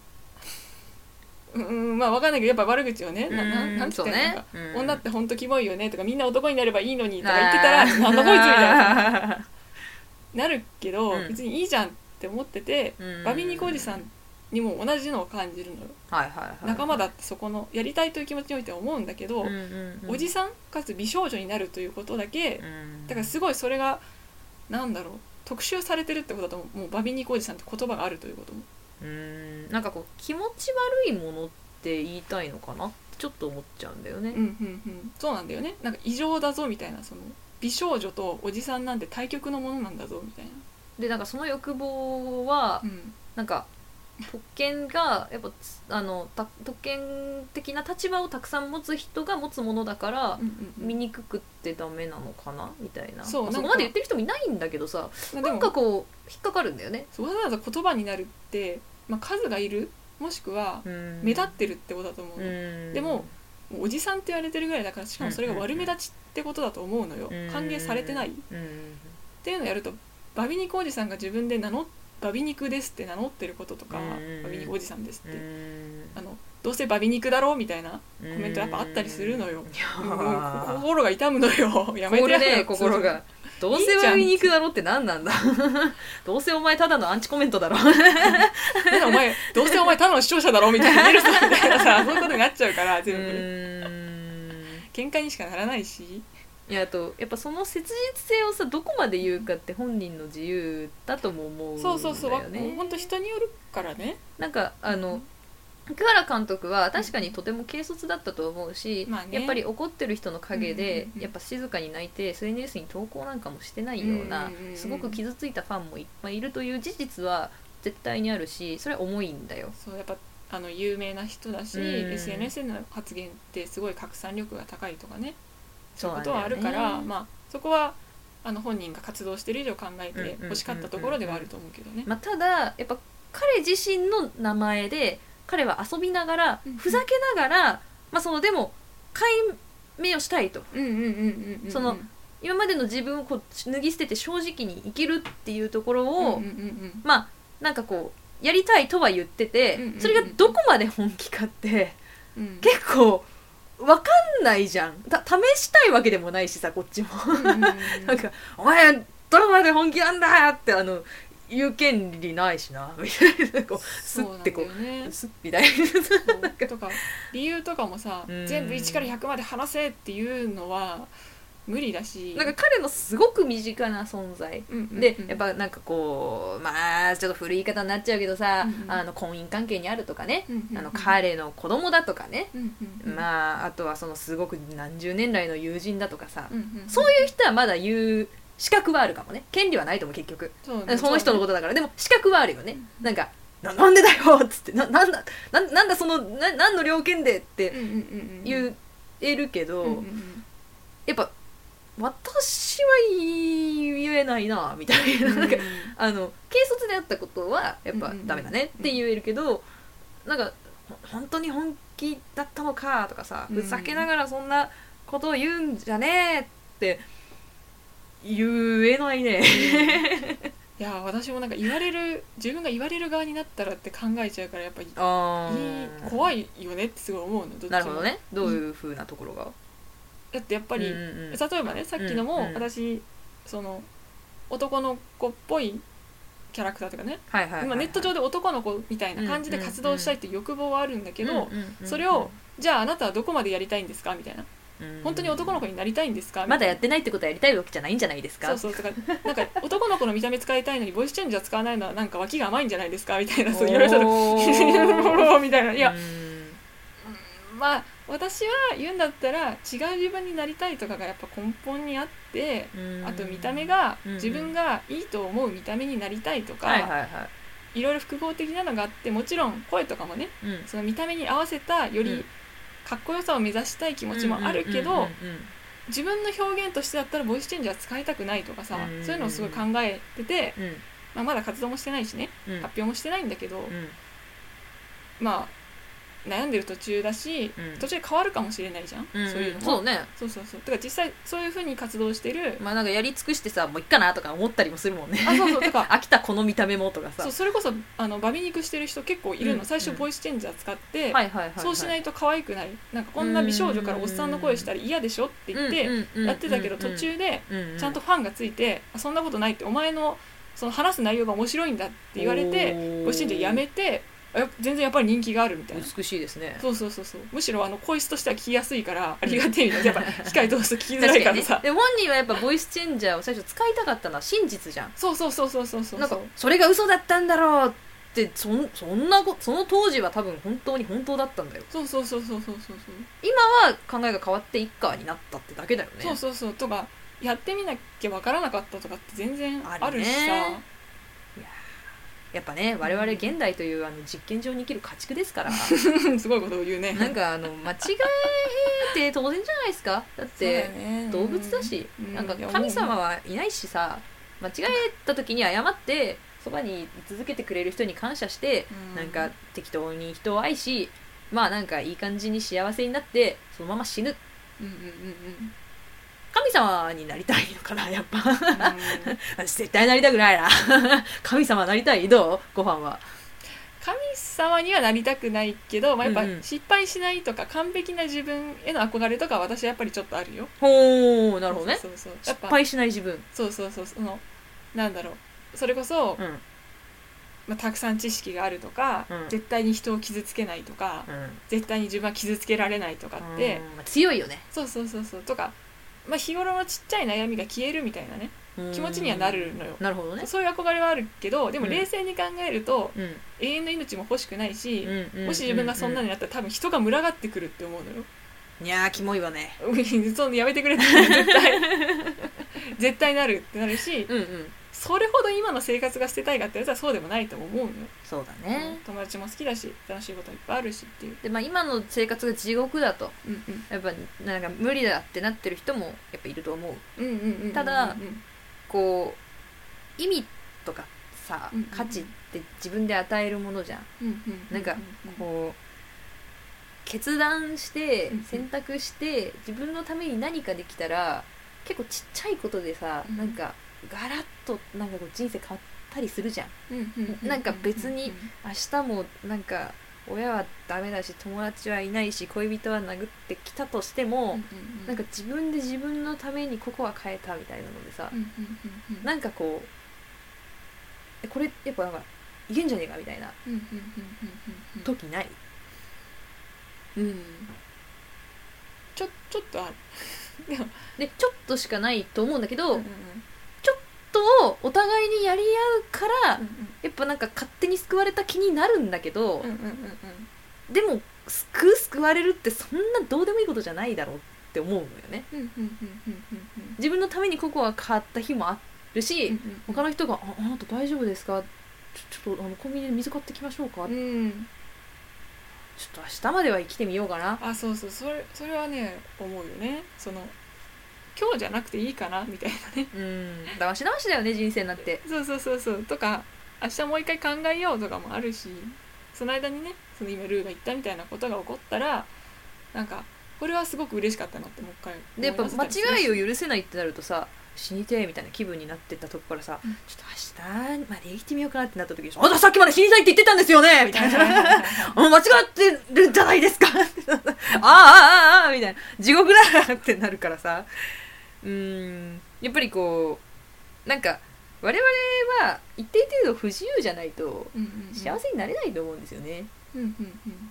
Speaker 2: ううーんまあわかんないけどやっぱ悪口をねなな
Speaker 1: うん
Speaker 2: なんつってんのか、
Speaker 1: そうねうん
Speaker 2: 女ってほんとキモいよねとかみんな男になればいいのにとか言ってたらなんだこいつみたいな
Speaker 1: な
Speaker 2: なるけど、
Speaker 1: うん
Speaker 2: 別にいいじゃんって思ってて、
Speaker 1: [LAUGHS] うん
Speaker 2: バビニコおじさんにも同じのを感じるのよ、
Speaker 1: はいはいはい
Speaker 2: 仲間だってそこのやりたいという気持ちにおいて思うんだけど、
Speaker 1: うんうんうん
Speaker 2: おじさんかつ美少女になるということだけ
Speaker 1: うん
Speaker 2: だからすごいそれがなんだろう特集されてるってことだと思うもうバビニコおじさんって言葉があるということも
Speaker 1: うーんなんかこう気持ち悪いものって言いたいのかなってちょっと思っちゃうんだよね、
Speaker 2: うんうんうんそうなんだよねなんか異常だぞみたいなその美少女とおじさんなんて対極のものなんだぞみたいな、
Speaker 1: でなんかその欲望は
Speaker 2: うん、
Speaker 1: なんか特権がやっぱつあのた特権的な立場をたくさん持つ人が持つものだから
Speaker 2: う、んうんうん
Speaker 1: 醜くってダメなのかなみたいな
Speaker 2: そう
Speaker 1: まあ
Speaker 2: な
Speaker 1: そ
Speaker 2: んか
Speaker 1: こまで言ってる人もいないんだけどさ
Speaker 2: まあで
Speaker 1: な
Speaker 2: も
Speaker 1: んかこう引っかかるんだよね
Speaker 2: そうわざわざ言葉になるって、まあ、数がいるもしくは目
Speaker 1: 目
Speaker 2: 立ってるってことだと思うの、でももうおじさんって言われてるぐらいだからしかもそれが悪目立ちってことだと思うのよ、歓迎されてないっ
Speaker 1: うん
Speaker 2: ていうのをやるとバビ肉おじさんが自分で名乗バビ肉ですって名乗ってることとか、
Speaker 1: うん
Speaker 2: バビ肉おじさんです
Speaker 1: う
Speaker 2: って、
Speaker 1: ん
Speaker 2: あのどうせバビ肉だろうみたいな
Speaker 1: コ
Speaker 2: メントやっぱあったりするのよもう
Speaker 1: や
Speaker 2: 心が痛むのよ
Speaker 1: [LAUGHS]
Speaker 2: やめ
Speaker 1: こ
Speaker 2: て
Speaker 1: れ
Speaker 2: や
Speaker 1: ね心がどうせは見に行くだろって何
Speaker 2: [LAUGHS]
Speaker 1: なんだどうせお前ただのアンチコメントだろ
Speaker 2: ねお前どうせお前ただの視聴者だろみ
Speaker 1: [LAUGHS]
Speaker 2: たいなメルさんみたいなさそういうことになっちゃうから
Speaker 1: う
Speaker 2: 全部
Speaker 1: ーん
Speaker 2: 喧嘩にしかならないし
Speaker 1: いやあとやっぱその切実性をさどこまで言うかって本人の自由だとも思うんだよね
Speaker 2: そうそうそう本当人によるからね
Speaker 1: なんかあの福原監督は確かにとても軽率だったと思うし、
Speaker 2: まあね
Speaker 1: やっぱり怒ってる人の陰
Speaker 2: うん
Speaker 1: で
Speaker 2: うんうん
Speaker 1: やっぱ静かに泣いて SNS に投稿なんかもしてないよう
Speaker 2: う
Speaker 1: なん
Speaker 2: うんうん
Speaker 1: すごく傷ついたファンもいっぱいいるという事実は絶対にあるしそれは重いんだよ。
Speaker 2: そうやっぱあの有名な人だし、
Speaker 1: うん
Speaker 2: SNS での発言ってすごい拡散力が高いとかねそうい
Speaker 1: な
Speaker 2: うこ
Speaker 1: ん
Speaker 2: と
Speaker 1: だよ
Speaker 2: はあるから、
Speaker 1: ね
Speaker 2: まあ、そこはあの本人が活動してる以上考え
Speaker 1: うんうんうん
Speaker 2: て
Speaker 1: うん
Speaker 2: 欲しかったところではあると思うけどね。
Speaker 1: まあ、ただやっぱ彼自身の名前で彼は遊びながら
Speaker 2: うんうん
Speaker 1: ふざけながら、まあ、そのでも解明をしたいと
Speaker 2: うんうんうんうんうん
Speaker 1: その今までの自分をこう脱ぎ捨てて正直に生きるっていうところ
Speaker 2: うん
Speaker 1: を、
Speaker 2: うんうん
Speaker 1: まあなんかこうやりたいとは言ってて、
Speaker 2: うんうんうん
Speaker 1: それがどこまで本気かって
Speaker 2: うんうん
Speaker 1: 結構わかんないじゃんた試したいわけでもないしさこっちも
Speaker 2: うんうんうん
Speaker 1: [LAUGHS] なんか「お前どこまで本気なんだ!」ってあの言う権利ないしなみたいなこうすってこ
Speaker 2: そうなんだよ
Speaker 1: う
Speaker 2: ね
Speaker 1: すっぴだい
Speaker 2: そうとか理由とかもさ
Speaker 1: うん
Speaker 2: 全部1から100まで話せっていうのは無理だし
Speaker 1: なんか彼のすごく身近な存在
Speaker 2: うんうんうん
Speaker 1: でやっぱなんかこうまあちょっと古い言い方になっちゃうけどさ、
Speaker 2: うんうん
Speaker 1: あの婚姻関係にあるとかね、
Speaker 2: うんうんうん
Speaker 1: あの彼の子供だとかね、
Speaker 2: うんうんうん
Speaker 1: まああとはそのすごく何十年来の友人だとかさ、
Speaker 2: うんうんうん
Speaker 1: そういう人はまだ言う資格はあるかもね権利はないと思う結局
Speaker 2: そうね
Speaker 1: その人のことだからでも資格はあるよね
Speaker 2: うん
Speaker 1: なんかななんでだよっつってななんだななんだそのな何の条件でって
Speaker 2: うんうんうんうん
Speaker 1: 言えるけど、
Speaker 2: うんうんうん
Speaker 1: やっぱ私は言えないなみたい [LAUGHS] ななんかあの軽率であったことはやっぱダメだねって言えるけど、なんかほ本当に本気だったのかとかさ、
Speaker 2: う
Speaker 1: ふ
Speaker 2: ん
Speaker 1: ざけながらそんなことを言うんじゃねえって言えないね。
Speaker 2: いやー私もなんか言われる自分が言われる側になったらって考えちゃうからやっぱり
Speaker 1: あ
Speaker 2: い怖いよねってすごい思うのどっちも
Speaker 1: なるほどねどういうふうなところが。やっ
Speaker 2: だってやっぱり、例えばねさっきのも、
Speaker 1: うんうん
Speaker 2: 私その男の子っぽいキャラクターとかね、
Speaker 1: はいはいはい
Speaker 2: 今ネット上で男の子みたいな感じで
Speaker 1: うんうんうん
Speaker 2: 活動したいって欲望はあるんだけど、
Speaker 1: うんうんうん
Speaker 2: それをじゃああなたはどこまでやりたいんですかみたいな
Speaker 1: うん
Speaker 2: 本当に男の子になりたいんですか
Speaker 1: まだやってないってことはやりたいわけじゃないんじゃないですか
Speaker 2: そうそうとかなんか男の子の見た目使いたいのにボイスチェンジャー使わないのはなんか脇が甘いんじゃないですかみたいな [LAUGHS] そう言われたら
Speaker 1: おー
Speaker 2: み [LAUGHS] たいないや
Speaker 1: うん
Speaker 2: まあ私は言うんだったら違う自分になりたいとかがやっぱ根本にあって
Speaker 1: うん
Speaker 2: あと見た目が
Speaker 1: うん
Speaker 2: 自分がいいと思う見た目になりたいと
Speaker 1: はいはい
Speaker 2: か
Speaker 1: はい
Speaker 2: ろいろ複合的なのがあってもちろん声とかもね
Speaker 1: い、うん
Speaker 2: その見た目に合わせたよ
Speaker 1: うん
Speaker 2: りかっこよさを目指したい気持ちもあるけ
Speaker 1: うんうん
Speaker 2: ど
Speaker 1: うんうん
Speaker 2: 自分の表現としてだったらボイスチェンジャー使いたくないとかさ
Speaker 1: うん
Speaker 2: そういうのをすごい考えてて、
Speaker 1: うん
Speaker 2: まあ、まだ活動もしてないしね
Speaker 1: うんうん
Speaker 2: 発表もしてないんだけどまあ悩んでる途中だし
Speaker 1: うん
Speaker 2: 途中で変わるかもしれないじゃんそう
Speaker 1: うん
Speaker 2: いうの
Speaker 1: そ
Speaker 2: も
Speaker 1: う。ね
Speaker 2: そうそうそうだから実際そういうふうに活動してる
Speaker 1: まあなんかやり尽くしてさもういっかなとか思ったりもするもんね
Speaker 2: [LAUGHS] あそうそうと
Speaker 1: [LAUGHS]
Speaker 2: か
Speaker 1: 飽きたこの見た目もとかさ
Speaker 2: そうそれこそあのバミ肉してる人結構いる
Speaker 1: う
Speaker 2: の
Speaker 1: ん
Speaker 2: 最初
Speaker 1: うん
Speaker 2: ボイスチェンジャー使って、
Speaker 1: はいはいはいはい
Speaker 2: そうしないいと可愛くないなんかこんな美少女からおっさんの声したら嫌でしょって言って
Speaker 1: て
Speaker 2: やってたけど途中でちゃんと
Speaker 1: っ
Speaker 2: ファンがついて「あそんなことない」って「お前のその話す内容が面白いんだ」って言われてボイスチェンジャーやめてあや全然やっぱり人気があるみたいな。
Speaker 1: 美しいですね
Speaker 2: そうそうそうそうむしろあの声質としては聞きやすいからありがてえみたいなやっ
Speaker 1: [LAUGHS]
Speaker 2: ぱ機械通すと聞きづら
Speaker 1: 確
Speaker 2: い
Speaker 1: かに
Speaker 2: か
Speaker 1: ね
Speaker 2: らさ、
Speaker 1: で本人はやっぱボイスチェンジャーを最初使いたかったのは真実じゃん
Speaker 2: そうそうそうそうそうそう
Speaker 1: なんかそれが嘘だったんだろうってそんそんなこその当時は多分本当に本当だったんだよ
Speaker 2: そうそうそうそうそうそうそう
Speaker 1: 今は考えが変わって一家になったってだけだよね
Speaker 2: そうそうそうとかやってみなきゃわからなかったとかって全然あるしさ
Speaker 1: あるねやっぱね我々現代というあの実験場に生きる家畜ですから [LAUGHS]
Speaker 2: [LAUGHS] すごいことを言うね
Speaker 1: なんかあの間違えて当然じゃないですかだっ
Speaker 2: そうだ
Speaker 1: て
Speaker 2: よね
Speaker 1: 動物だし、
Speaker 2: うん
Speaker 1: なんか
Speaker 2: いや
Speaker 1: 神様はいないしさ間違えた時に謝ってそばに居続けてくれる人に感謝して、
Speaker 2: うん
Speaker 1: なんか適当に人を愛しまあなんかいい感じに幸せになってそのまま死ぬ
Speaker 2: うんうんうん
Speaker 1: [LAUGHS]
Speaker 2: うん
Speaker 1: 神様になりたいのかなやっぱ [LAUGHS]
Speaker 2: うん
Speaker 1: 私絶対なりたくないな [LAUGHS] 神様なりたいどうご飯は
Speaker 2: 神様にはなりたくないけど、まあ、やっぱ
Speaker 1: うんうん
Speaker 2: 失敗しないとか完璧な自分への憧れとかは私はやっぱりちょっとあるよ
Speaker 1: ほうなるほどね
Speaker 2: そうそうそうや
Speaker 1: 失
Speaker 2: っぱ
Speaker 1: 敗しない自分
Speaker 2: そうそうそうそのなんだろうそれこそ、
Speaker 1: うん
Speaker 2: まあ、たくさん知識があるとか、
Speaker 1: うん
Speaker 2: 絶対に人を傷つけないとか、
Speaker 1: うん
Speaker 2: 絶対に自分は傷つけられないとかって、
Speaker 1: うんまあ強いよね
Speaker 2: そうそうそうそうとか、まあ、日頃のちっちゃい悩みが消えるみたいなね気持ちにはなるのよ
Speaker 1: うんなるほどね
Speaker 2: そういう憧れはあるけどでも
Speaker 1: うん
Speaker 2: 冷静に考えると、
Speaker 1: うん
Speaker 2: 永遠の命も欲しくないし、
Speaker 1: うん
Speaker 2: もし自分がそんな
Speaker 1: う
Speaker 2: になったら多分人が群がってくるって思うのよ
Speaker 1: うんいやーキモいわね
Speaker 2: [LAUGHS] そんなやめてくれって絶対絶対なるってなるし
Speaker 1: うんうん
Speaker 2: それほど今の生活が捨てたいかって言われたらそうでもないとも思うのよ、
Speaker 1: そうだね
Speaker 2: 友達も好きだし楽しいこといっぱいあるしっていう、
Speaker 1: でまあ、今の生活が地獄だと
Speaker 2: うん
Speaker 1: やっぱなんか無理だってなってる人もやっぱいると思う
Speaker 2: うん、うんうんうんうん
Speaker 1: ただ
Speaker 2: うん
Speaker 1: こう意味とかさ
Speaker 2: うん
Speaker 1: 価値って自分で与えるものじゃん
Speaker 2: うんうう
Speaker 1: なんかこう決断して
Speaker 2: うん
Speaker 1: 選択して自分のために何かできたら結構ちっちゃいことでさ
Speaker 2: うん
Speaker 1: なんかガラッとなんかこう人生変わったりするじゃん
Speaker 2: うんうんうんうん
Speaker 1: なんか別に明日もなんか親はダメだし友達はいないし恋人は殴ってきたとしても、
Speaker 2: うんうんうん
Speaker 1: なんか自分で自分のためにここは変えたみたいなのでさ
Speaker 2: う、んうんうんうん
Speaker 1: なんかこうえこれやっぱなんかいけんじゃねえかみたいな
Speaker 2: うんうんうんうん
Speaker 1: 時ない、
Speaker 2: うんうんうんちょちょっとある
Speaker 1: でちょっとしかないと思うんだけど、
Speaker 2: うん
Speaker 1: ちょっとをお互いにやり合うから、
Speaker 2: うん
Speaker 1: やっぱなんか勝手に救われた気になるんだけど、
Speaker 2: うんうんうんうんうん
Speaker 1: でも救う救われるってそんなどうでもいいことじゃないだろうって思うのよね
Speaker 2: うんうんうんうんうんうん
Speaker 1: 自分のためにココア買った日もあるし、
Speaker 2: うん
Speaker 1: 他の人が「ああなた大丈夫ですかちょ」ちょっとあのコンビニで水買ってきましょうか」
Speaker 2: うん、
Speaker 1: ちょっと明日までは生きてみようかな。
Speaker 2: あそうそうそれそれはね思うよねその今日じゃなくていいかなみたいなね
Speaker 1: うん。だましだましだよね、人生になって。
Speaker 2: そうそうそうそうとか明日もう一回考えようとかもあるしその間にねその今ルーが言ったみたいなことが起こったらなんかこれはすごく嬉しかったなってもう一回
Speaker 1: で、やっぱ
Speaker 2: 思い出せた
Speaker 1: 間
Speaker 2: りする
Speaker 1: 違
Speaker 2: し
Speaker 1: いを許せないってなるとさ、死にてえみたいな気分になってったとこからさ、
Speaker 2: うん
Speaker 1: ちょっと明日まで生きてみようかなってなった時に、あなたさっきまで死にたいって言ってたんですよねみたい
Speaker 2: はいはい
Speaker 1: な。
Speaker 2: [LAUGHS] はいはい
Speaker 1: あ間違ってるんじゃないですか [LAUGHS] ああああああみたいな。地獄だってなるからさ。うん。やっぱりこう、なんか、我々は一定程度不自由じゃないと
Speaker 2: うんうんうん
Speaker 1: 幸せになれないと思うんですよね。
Speaker 2: うんうんうん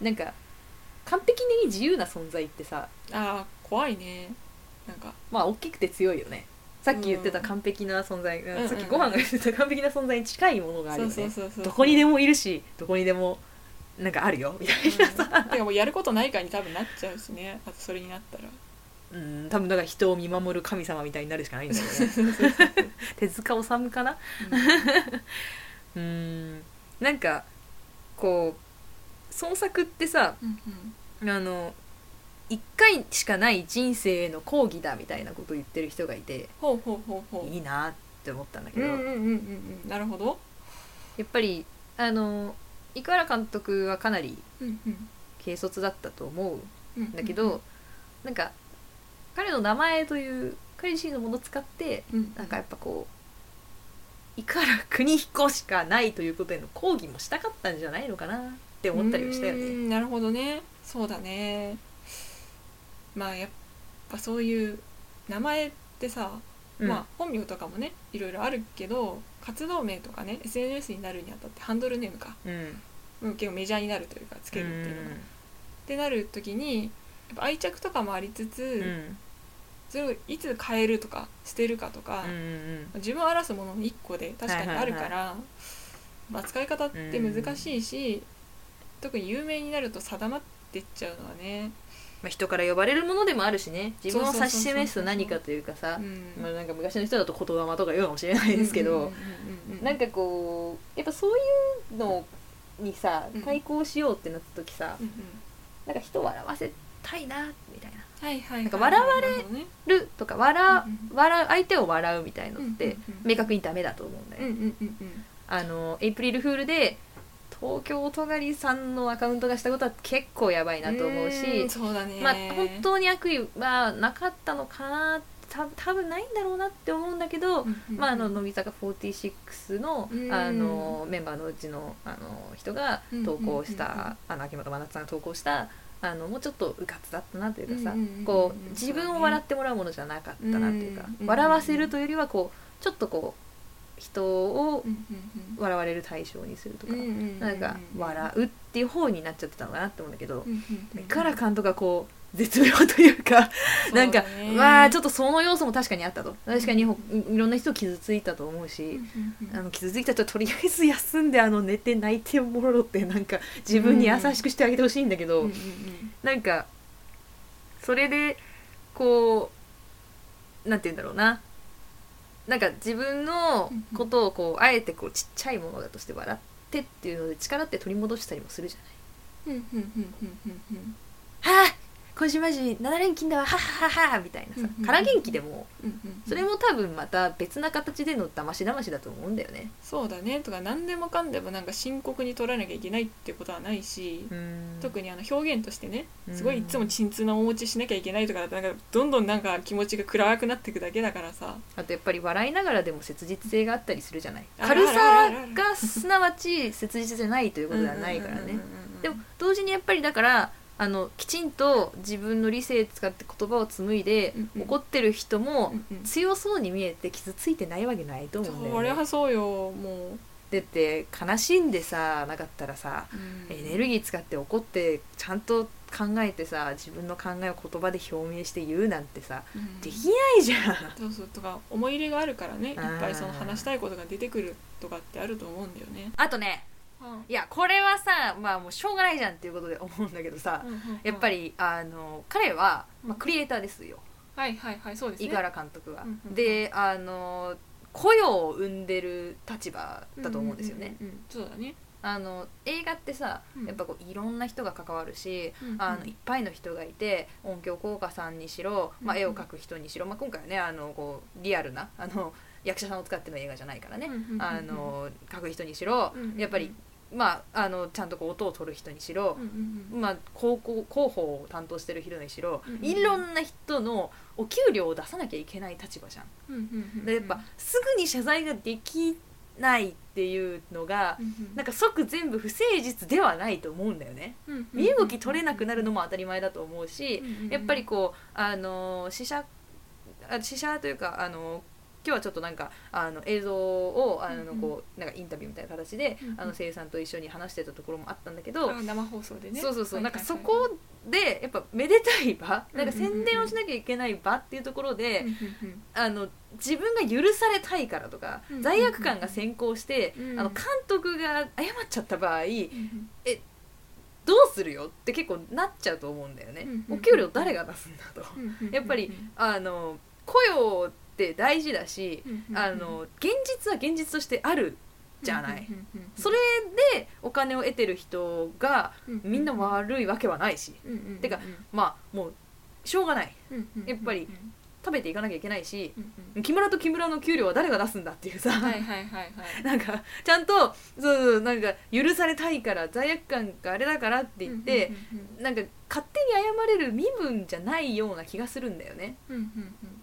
Speaker 1: なんか完璧に自由な存在ってさ
Speaker 2: あー怖いねなんか
Speaker 1: まあ大きくて強いよねさっき言ってた完璧な存在、
Speaker 2: んうん
Speaker 1: さっきご飯が言ってた完璧な存在に近いものがある
Speaker 2: そ
Speaker 1: よ
Speaker 2: う
Speaker 1: ね
Speaker 2: そうそうそう
Speaker 1: どこにでもいるしどこにでもなんかあるよみたい
Speaker 2: うんてかもうやることないかに多分なっちゃうしねあとそれになったら
Speaker 1: なうん多分だから人を見守る神様みたいになるしかないん
Speaker 2: [LAUGHS]
Speaker 1: だよね手塚治虫かなうんなんかこう創作ってさ
Speaker 2: うん
Speaker 1: あの一回しかない人生への抗議だみたいなことを言ってる人がいて
Speaker 2: ほうほうほうほ
Speaker 1: いいなって思ったんだ
Speaker 2: う
Speaker 1: け
Speaker 2: うん
Speaker 1: ど、
Speaker 2: うん
Speaker 1: や
Speaker 2: うんうんうんなるほど
Speaker 1: っぱりあの生原監督はかなり
Speaker 2: うんうん
Speaker 1: 軽率だったと思
Speaker 2: うんう
Speaker 1: うんんだけど、なんか彼の名前という彼自身のものを使って
Speaker 2: うん
Speaker 1: なんかやっぱこう生原邦彦しかないということへの抗議もしたかったんじゃないのかなって思ったりはしたよ
Speaker 2: うー
Speaker 1: ね。
Speaker 2: んなるほどねそうだねまあやっぱそういう名前ってさ、
Speaker 1: うん
Speaker 2: まあ本名とかもねいろいろあるけど活動名とかね SNS になるにあたってハンドルネームか
Speaker 1: うん
Speaker 2: うん結構メジャーになるというかつけるっていうのが。ってなる時にやっぱ愛着とかもありつつ、
Speaker 1: うん
Speaker 2: それをいつ変えるとか捨てるかとか、
Speaker 1: うんうん
Speaker 2: 自分を表すものの一個で確かにあるから、まあ、使い方って難しいし、特に有名になると定まってっちゃうのはね、
Speaker 1: まあ、人から呼ばれるものでもあるしね自分を指し示す何かというかさ
Speaker 2: うん
Speaker 1: まあなんか昔の人だと言霊とか言うかもしれないですけど、
Speaker 2: うんうんうんうん
Speaker 1: なんかこうやっぱそういうのにさ
Speaker 2: うん
Speaker 1: 対抗しようってなった時さ、
Speaker 2: うんうん
Speaker 1: なんか人を笑わせたいなみたいな。
Speaker 2: はいはいはい
Speaker 1: なんか笑わ
Speaker 2: れるね
Speaker 1: るとか笑う
Speaker 2: うん
Speaker 1: 笑う相手を笑うみたいのって
Speaker 2: うんうんうん
Speaker 1: 明確にダメだと思うんだよ
Speaker 2: うん
Speaker 1: ね、
Speaker 2: うんうんうん
Speaker 1: あのエイプリルフールで東京とがりさんのアカウントがしたことは結構やばいなと思うし
Speaker 2: んそうだね
Speaker 1: まあ本当に悪意はなかったのかなた多分ないんだろうなって思うんだけど、まあ、あの乃木坂46の
Speaker 2: うん
Speaker 1: あのメンバーのうちのあの人が投稿し
Speaker 2: うんうんうんうん
Speaker 1: たあの秋元真夏さんが投稿したあのもうちょっとうかつだったなというかさ
Speaker 2: うんうんうんうん
Speaker 1: こう自分を笑ってもらうものじゃなかったなというか
Speaker 2: うんうんうん
Speaker 1: 笑わせるというよりはこうちょっとこう人を笑われる対象にするとかなんか笑うっていう方になっちゃってたのかなって思うんだけど三原監督がこう絶妙というかなんかわあちょ
Speaker 2: っ
Speaker 1: っとその要素も確かにあったと確かにほいろんな人傷ついたと思うし。あの傷ついた人はとりあえず休んであの寝て泣いてもろってなんか自分に優しくしてあげてほしいんだけど、なんかそれでこうなんて言うんだろうななんか自分のことをこうあえてこうちっちゃいものだとして笑ってっていうので力って取り戻したりもするじゃない。はあ今週マジ7連勤だわはっはっはっはみたいな
Speaker 2: うん
Speaker 1: さ
Speaker 2: うんうん
Speaker 1: 空元気でもそれ
Speaker 2: も
Speaker 1: も多分また別な形でのだましだましだと思うんだよね。
Speaker 2: そうだねとか何でもかんでもなんか深刻に取らなきゃいけないってことはないし、特にあの表現としてねすごいいつも沈痛な面持ちしなきゃいけないとかだとなんかどんどんなんか気持ちが暗くなっていくだけだからさ
Speaker 1: あとやっぱり笑いながらでも切実性があったりするじゃない
Speaker 2: あ
Speaker 1: 軽
Speaker 2: あ
Speaker 1: さ
Speaker 2: るあるあるあ
Speaker 1: がすなわち切実じゃないということではないから
Speaker 2: うんうんうん
Speaker 1: ね
Speaker 2: うんうん
Speaker 1: でも同時にやっぱりだからあのきちんと自分の理性使って言葉を紡いで
Speaker 2: うんうん
Speaker 1: 怒ってる人も
Speaker 2: うんうん
Speaker 1: 強そうに見えて傷ついてないわけないと思うんだ
Speaker 2: そり
Speaker 1: よね
Speaker 2: ゃそうよもう、
Speaker 1: だって悲しんでさなかったらさエネルギー使って怒ってちゃんと考えてさ自分の考えを言葉で表明して言うなんてさ
Speaker 2: うん
Speaker 1: できないじゃん
Speaker 2: そうそうとか思い入れがあるからねいっ
Speaker 1: あー
Speaker 2: ぱいその話したいことが出てくるとかってあると思うんだよね。
Speaker 1: あとねいやこれはさまあもうしょうがないじゃんっていうことで思うんだけどさ、やっぱ
Speaker 2: り
Speaker 1: りあの彼は、まあ、クリエイターですよ
Speaker 2: はいはいはいそうです
Speaker 1: 井
Speaker 2: ね。
Speaker 1: 原監督は。
Speaker 2: うんうん
Speaker 1: であの雇用を生んでる立場だと思うんですよね。
Speaker 2: うんうんうんうんそうだね。
Speaker 1: あの映画ってさ
Speaker 2: うん
Speaker 1: やっぱこういろんな人が関わるし、
Speaker 2: うんうん
Speaker 1: あのいっぱいの人がいて音響効果さんにしろ、まあ、
Speaker 2: うん
Speaker 1: 絵
Speaker 2: うん
Speaker 1: を描く人にしろ、まあ、今回はねあのこうリアルなあの役者さんを使っての映画じゃないからね、
Speaker 2: うんうんうんうん
Speaker 1: あの描く人にしろ、
Speaker 2: うんうんうん
Speaker 1: やっぱり、まあ、あのちゃんとこう音を取る人にしろ、
Speaker 2: うんうん
Speaker 1: まあ、広報広報を担当してる人にしろ、
Speaker 2: うんうん
Speaker 1: いろんな人のお給料を出さなきゃいけない立場じゃん。
Speaker 2: うんうんうんうん
Speaker 1: でやっぱすぐに謝罪ができないっていうのが
Speaker 2: うんうん
Speaker 1: なんか即全部不誠実ではないと思うんだよね。
Speaker 2: うんうん
Speaker 1: 身動き取れなくなるのも当たり前だと思うし
Speaker 2: うんうんうん
Speaker 1: やっぱりこうあの死者あ死者というかあの今日はちょっとなんかあの映像をあの
Speaker 2: うんうん
Speaker 1: こうなんかインタビューみたいな形で、
Speaker 2: うんうん
Speaker 1: あの声優さんと一緒に話してたところもあったんだけど、
Speaker 2: あ生放送でね
Speaker 1: そうそうそう、
Speaker 2: はい
Speaker 1: なん
Speaker 2: はい
Speaker 1: か
Speaker 2: はい
Speaker 1: そこでやっぱめでたい場なんか宣伝
Speaker 2: うんうんうんう
Speaker 1: を
Speaker 2: ん
Speaker 1: しなきゃいけない場っていうところで、
Speaker 2: うんうん
Speaker 1: あの自分が許されたいからとか、
Speaker 2: うんうんうん
Speaker 1: 罪悪感が先行して、
Speaker 2: うん
Speaker 1: あの監督が謝っちゃった場合
Speaker 2: うん
Speaker 1: どうするよって結構なっちゃうと思うんだよね、
Speaker 2: うんうんう
Speaker 1: お
Speaker 2: ん
Speaker 1: 給料誰が出すんだと、
Speaker 2: うんうん
Speaker 1: やっぱりあの雇用って大事だし、
Speaker 2: うんうん
Speaker 1: あの現実は現実としてあるじゃない、
Speaker 2: うんうんうん
Speaker 1: それでお金を得てる人が
Speaker 2: うんうん
Speaker 1: みんな悪いわけはないし
Speaker 2: うんうんうん
Speaker 1: てかまあもうしょうがない
Speaker 2: うんうんうん
Speaker 1: やっぱり食べていかなきゃいけないし
Speaker 2: うんうん
Speaker 1: 木村と木村の給料は誰が出すんだっていうさ、
Speaker 2: はいはいはいはい
Speaker 1: [LAUGHS] なんかちゃんとそうそうなんか許されたいから罪悪感があれだからって言って、
Speaker 2: うんうんうん
Speaker 1: なんか勝手に謝れる身分じゃないような気がするんだよね。
Speaker 2: うんうんうん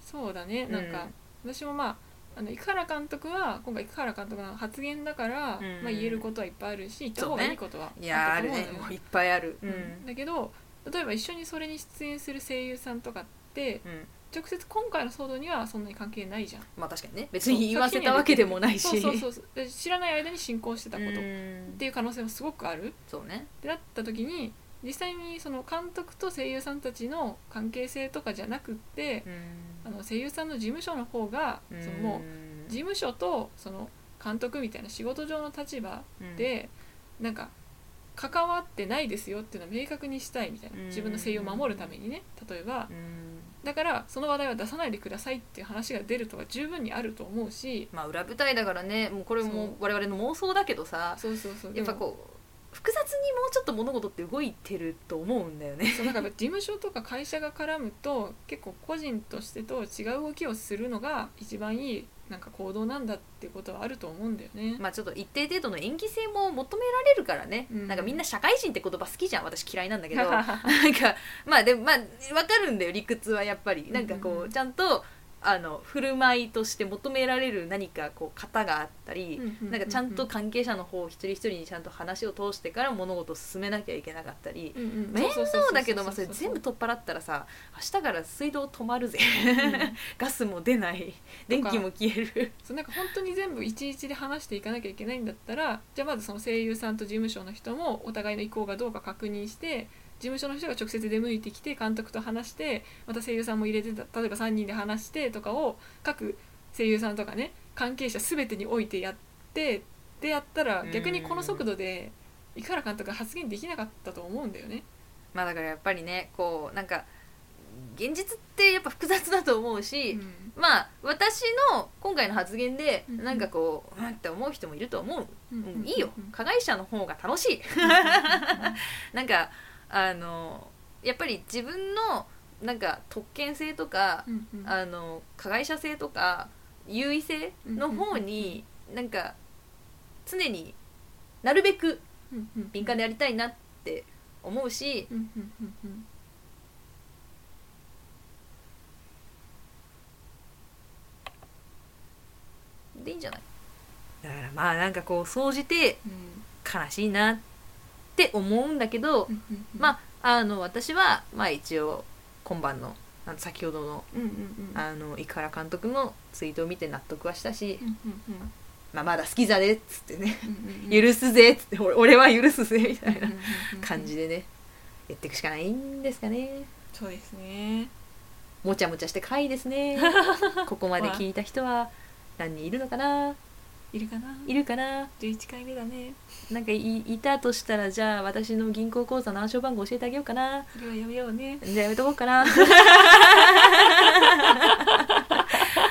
Speaker 2: そうだねなんか、私もまああの生原監督は今回生原監督の発言だから、
Speaker 1: うんうん
Speaker 2: まあ、言えることはいっぱいあるし言った方がいいことはあ
Speaker 1: いやーあ
Speaker 2: ったと
Speaker 1: る
Speaker 2: 思う
Speaker 1: ね
Speaker 2: のよ
Speaker 1: もういっぱいある。う
Speaker 2: うん
Speaker 1: ん
Speaker 2: だけど例えば一緒にそれに出演する声優さんとかって
Speaker 1: うん
Speaker 2: 直接今回の騒動にはそんなに関係ないじゃん
Speaker 1: まあ確かにね別に言わせたわけでもないし。
Speaker 2: そうそうそうそうで知らない間に進行してたこと
Speaker 1: う
Speaker 2: っ
Speaker 1: ん
Speaker 2: ていう可能性もすごくある
Speaker 1: そうね。
Speaker 2: ってなった時に実際にその監督と声優さんたちの関係性とかじゃなくってあの声優さんの事務所の方がそのもう事務所とその監督みたいな仕事上の立場
Speaker 1: うん、
Speaker 2: で、なんか関わってないですよっていうのを明確にしたいみたいな
Speaker 1: うん
Speaker 2: 自分の声優を守るためにね例えば
Speaker 1: うん
Speaker 2: だからその話題は出さないでくださいっていう話が出るとは十分にあると思うし
Speaker 1: まあ裏舞台だからねもうこれ
Speaker 2: そう
Speaker 1: も我々の妄想だけどさ
Speaker 2: そうそうそう
Speaker 1: やっぱこう複雑にもうちょっと物事って動いてると思うんだよね。
Speaker 2: うそうなんかやっぱ事務所とか会社が絡むと結構個人としてと違う動きをするのが一番いいなんか行動なんだっていうことはあると思うんだよね。
Speaker 1: まあちょっと一定程度の演技性も求められるからね、
Speaker 2: うん
Speaker 1: なんかみんな社会人って言葉好きじゃん私嫌い [LAUGHS] なんだけどなんか
Speaker 2: [LAUGHS]
Speaker 1: [LAUGHS]
Speaker 2: う
Speaker 1: まあでもまあわかるんだよ理屈はやっぱりなんか
Speaker 2: うん
Speaker 1: こ
Speaker 2: うん
Speaker 1: うちゃんとあの振る舞いとして求められる何かこう型があったり、
Speaker 2: う
Speaker 1: なんかちゃんと関係者の方一人一人にちゃんと話を通してから物事を進めなきゃいけなかったり、
Speaker 2: うんうん
Speaker 1: 面
Speaker 2: そうそうそう
Speaker 1: そ
Speaker 2: そう
Speaker 1: うだけどまあそれ全部取っ払ったらさ明日から水道止まるぜ、 [LAUGHS] ガスも出ない電気も消える
Speaker 2: そうなんか本当に全部いちいちで話していかなきゃいけないんだったらじゃあまずその声優さんと事務所の人もお互いの意向がどうか確認して事務所の人が直接出向いてきて監督と話してまた声優さんも入れてた例えば3人で話してとかを各声優さんとかね関係者全てにおいてやってでやったら逆にこの速度で生原監督が発言できなかったと思うんだよね。
Speaker 1: まあだからやっぱりねこうなんか現実ってやっぱ複雑だと思うし、
Speaker 2: うん
Speaker 1: まあ私の今回の発言で
Speaker 2: うん
Speaker 1: なんかこううんって思う人もいると思う、
Speaker 2: うん
Speaker 1: うんいいよ加害者の方が楽しい [LAUGHS] なんかあのやっぱり自分のなんか特権性とか、
Speaker 2: うんうん
Speaker 1: あの加害者性とか優位性の方になんか常になるべく
Speaker 2: うんうん
Speaker 1: 敏感でやりたいなって思うし
Speaker 2: うんうんうんうん
Speaker 1: でいいんじゃないだからまあなんかこう総じて
Speaker 2: うん
Speaker 1: 悲しいなって思うんだけど、
Speaker 2: うんうんうん
Speaker 1: まああの私はまあ一応今晩のあの先ほどの
Speaker 2: うんうんうん
Speaker 1: あの生原監督のツイートを見て納得はしたし、
Speaker 2: うんうんうん
Speaker 1: まあ、まだ好きじゃねっつってね
Speaker 2: うんうん
Speaker 1: 許すぜっつって俺俺は許すぜみたいな
Speaker 2: うんうんうんうん
Speaker 1: 感じでねやっていくしかないんですかね
Speaker 2: [LAUGHS] そうですね
Speaker 1: もちゃもちゃして可愛いです
Speaker 2: [LAUGHS]
Speaker 1: ねここまで聞いた人は何人いるのかない
Speaker 2: るかない
Speaker 1: るかな
Speaker 2: 11回目だね
Speaker 1: なんかいいたとしたらじゃあ私の銀行口座の暗証番号教えてあげようかな
Speaker 2: それはやめようね
Speaker 1: じゃあやめとこうかな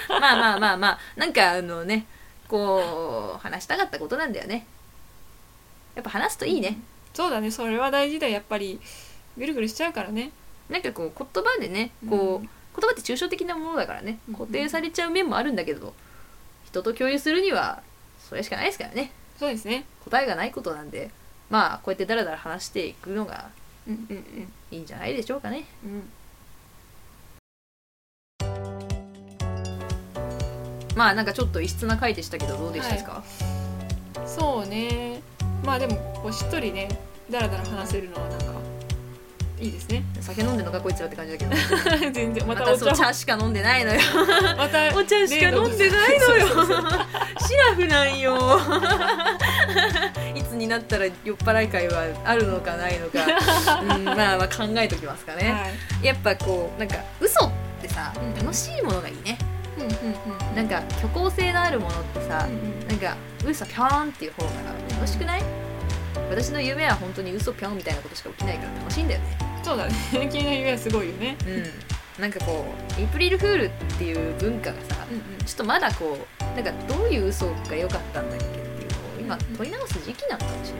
Speaker 1: まあまあまあまあなんかあのねこう話したかったことなんだよねやっぱ話すといいね
Speaker 2: そうだねそれは大事だよやっぱりぐるぐるしちゃうからね
Speaker 1: なんかこう言葉でねこう、
Speaker 2: うん
Speaker 1: 言葉って抽象的なものだからね
Speaker 2: うんうん
Speaker 1: 固定されちゃう面もあるんだけど人と共有するにはそれしかないですからね
Speaker 2: そうですね
Speaker 1: 答えがないことなんでまあこうやってダラダラ話していくのが
Speaker 2: うんうんうん
Speaker 1: いいんじゃないでしょうかね
Speaker 2: うん
Speaker 1: まあなんかちょっと異質な回でしたけどどうでしたですか、
Speaker 2: そうねまあでもこうしっとりねだらだら話せるのはなんかいいですね [LAUGHS]
Speaker 1: 酒飲んでんのかこいつらって感じだけど
Speaker 2: 全然
Speaker 1: [LAUGHS]
Speaker 2: ま
Speaker 1: ま
Speaker 2: た
Speaker 1: た
Speaker 2: お
Speaker 1: そう
Speaker 2: 茶
Speaker 1: 茶しか飲んでないのよ
Speaker 2: また
Speaker 1: [LAUGHS] お茶しか飲んで
Speaker 2: [LAUGHS]
Speaker 1: ないの [LAUGHS] よシラフなんよ [LAUGHS] いつになったら酔っ払い会はあるのかないの [LAUGHS] か、うん、まあまあ考えときますかね、
Speaker 2: はい
Speaker 1: やっぱこうなんか嘘ってさ
Speaker 2: うん
Speaker 1: 楽しいものがいいね
Speaker 2: うんうん
Speaker 1: なんか虚構性のあるものってさ、
Speaker 2: うんうん
Speaker 1: なんか嘘ぴょーんっていう方が楽しくない私の夢は本当に嘘ぴょんみたいなことしか起きないから楽しいんだよね
Speaker 2: そうだね [LAUGHS] 君の夢はすごいよね
Speaker 1: うんなんかこうエイプリルフールっていう文化がさ
Speaker 2: うんうん
Speaker 1: ちょっとまだこうなんかどういう嘘が良かったんだっけっていうのを今
Speaker 2: うん
Speaker 1: 問い直す時期なのかもし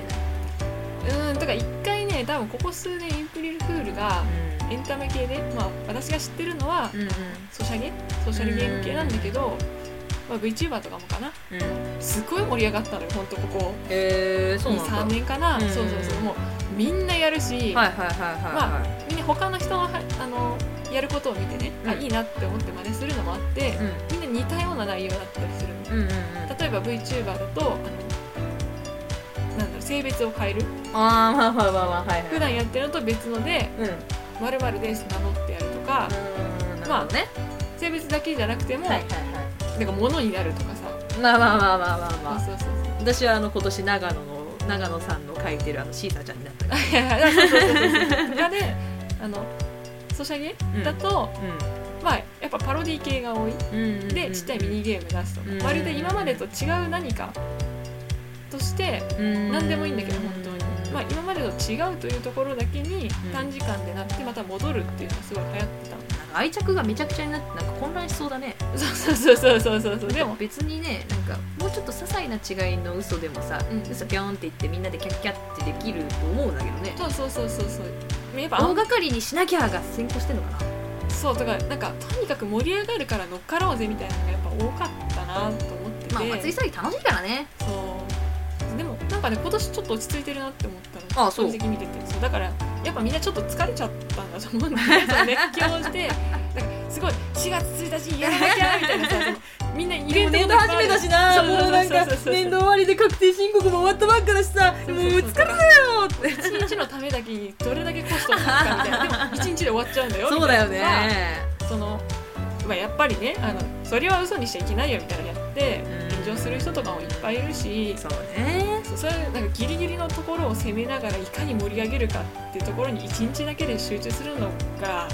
Speaker 1: れな
Speaker 2: うんとか一回ね多分ここ数年エイプリルフールが
Speaker 1: い
Speaker 2: エンタメ系でまあ私が知ってるのは
Speaker 1: うんうん
Speaker 2: ソシャゲソーシャルゲーム系なんだけど、まあ、VTuber とかもかな
Speaker 1: うんうん
Speaker 2: すごい盛り上がったのよほんとここ
Speaker 1: へえそうなんだ
Speaker 2: 23年か
Speaker 1: う
Speaker 2: な、
Speaker 1: ん
Speaker 2: そうそうそうもうみんなやるし、
Speaker 1: はいはいはいはいは
Speaker 2: みんな他の人のはあのやることを見てね、あ
Speaker 1: うん
Speaker 2: いいなって思って真似するのもあって
Speaker 1: い、うん
Speaker 2: みんな似たような内容だったりするの
Speaker 1: うんうんうん
Speaker 2: 例えば VTuber だとあのなんだろう性別を変える
Speaker 1: ああまあまあまあまあはいはい
Speaker 2: 普段やってるのと別ので
Speaker 1: うんう
Speaker 2: 「まるです」名乗ってやるとか
Speaker 1: ーんなる
Speaker 2: ま
Speaker 1: ほ
Speaker 2: あ
Speaker 1: どね
Speaker 2: 性別だけじゃなくても、
Speaker 1: はいはいはい
Speaker 2: なんか物になるとかさ、
Speaker 1: まあまあまあまあまあまあ、
Speaker 2: そうそうそう
Speaker 1: 私はあの今年長野の長野さんの書いてるあのシーサーちゃんになったか
Speaker 2: いやいやそうそうそうそ
Speaker 1: [LAUGHS]
Speaker 2: うとかであのソシャゲだと、まあやっぱパロディ系が多い
Speaker 1: うんうん
Speaker 2: でちっちゃいミニゲーム出すとか、
Speaker 1: うん
Speaker 2: まるで今までと違う何かとして何でもいいんだけど本当に、まあ、今までと違うというところだけに
Speaker 1: ん
Speaker 2: 短時間でなってまた戻るっていうのがすごい流行ってたの
Speaker 1: なんか愛着がめちゃくちゃになってなんか混乱しそうだね
Speaker 2: そうそうそうそうそうそうでも
Speaker 1: 別にねなんかもうちょっと些細な違いの嘘でもさ、
Speaker 2: うん
Speaker 1: 嘘ピョーンって言ってみんなでキャッキャッってできると思うんだけどね
Speaker 2: そうそうそうそうそうやっぱ
Speaker 1: 大掛かりにしなきゃが先行してんのかな
Speaker 2: そうとかなんかとにかく盛り上がるから乗っかろうぜみたいなのがやっぱ多かったなと思ってて、
Speaker 1: まあお祭り騒ぎ楽しいからね
Speaker 2: そうでもなんかね今年ちょっと落ち着いてるなって思ったの
Speaker 1: あそう
Speaker 2: 正直見ててそうだからやっぱみんなちょっと疲れちゃったんだと思うんだ
Speaker 1: [LAUGHS]
Speaker 2: けど熱狂してなんかすごい4月1日やらなきゃみたいなさ
Speaker 1: [LAUGHS]
Speaker 2: そのみんなイベントとかもあるそうそうそうそうそう
Speaker 1: 終わりで確定申告も終わったばっかだしさ
Speaker 2: そうそうそう
Speaker 1: よって
Speaker 2: 一日のためだけにどれだけコストをかかるかみたいなでも一日で終わっちゃうんだよ
Speaker 1: そうだよ
Speaker 2: みたいなのが
Speaker 1: ね
Speaker 2: その、まあ、やっぱりねあのそれは嘘にしちゃいけないよみたいなのやって
Speaker 1: うん
Speaker 2: 炎上する人とかもいっぱいいるし
Speaker 1: そうね
Speaker 2: そうそれなんかギリギリのところを攻めながらいかに盛り上げるかっていうところに一日だけで集中するのが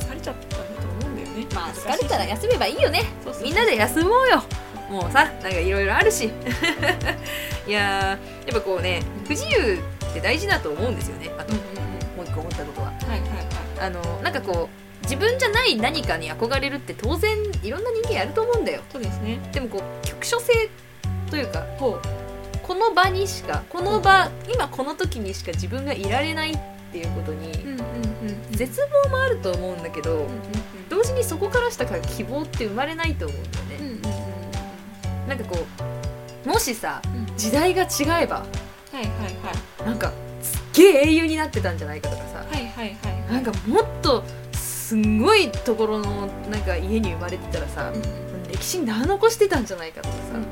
Speaker 2: 疲れちゃったんだと思うんだよね。
Speaker 1: まあ疲れたら休めばいいよね
Speaker 2: そうそうそう
Speaker 1: みんなで休もうよもうさなんかいろいろあるし [LAUGHS] いやーやっぱこうね不自由って大事だと思うんですよねあ
Speaker 2: う
Speaker 1: と
Speaker 2: んう
Speaker 1: も
Speaker 2: んうん
Speaker 1: う一個思ったことは
Speaker 2: はいはいはい
Speaker 1: あのなんかこう自分じゃない何かに憧れるって当然いろんな人間やると思うんだよ
Speaker 2: そうですね。
Speaker 1: でもこう局所性というか
Speaker 2: ほ
Speaker 1: この場にしかこの場今この時にしか自分がいられないっていうことに
Speaker 2: う。うんうんうん
Speaker 1: 絶望もあると思うんだけど、
Speaker 2: うん
Speaker 1: 同時にそこからしたから希望って生まれないと思うんだよね、
Speaker 2: うんうんうんうん
Speaker 1: なんかこうもしさ
Speaker 2: うん
Speaker 1: 時代が違えば
Speaker 2: はいはいはい
Speaker 1: なんかすっげえ英雄になってたんじゃないかとかさ
Speaker 2: はいはいはい
Speaker 1: なんかもっとすんごいところのなんか家に生まれてたらさ
Speaker 2: うんうん
Speaker 1: 歴史に名残してたんじゃないかとかさ、
Speaker 2: うん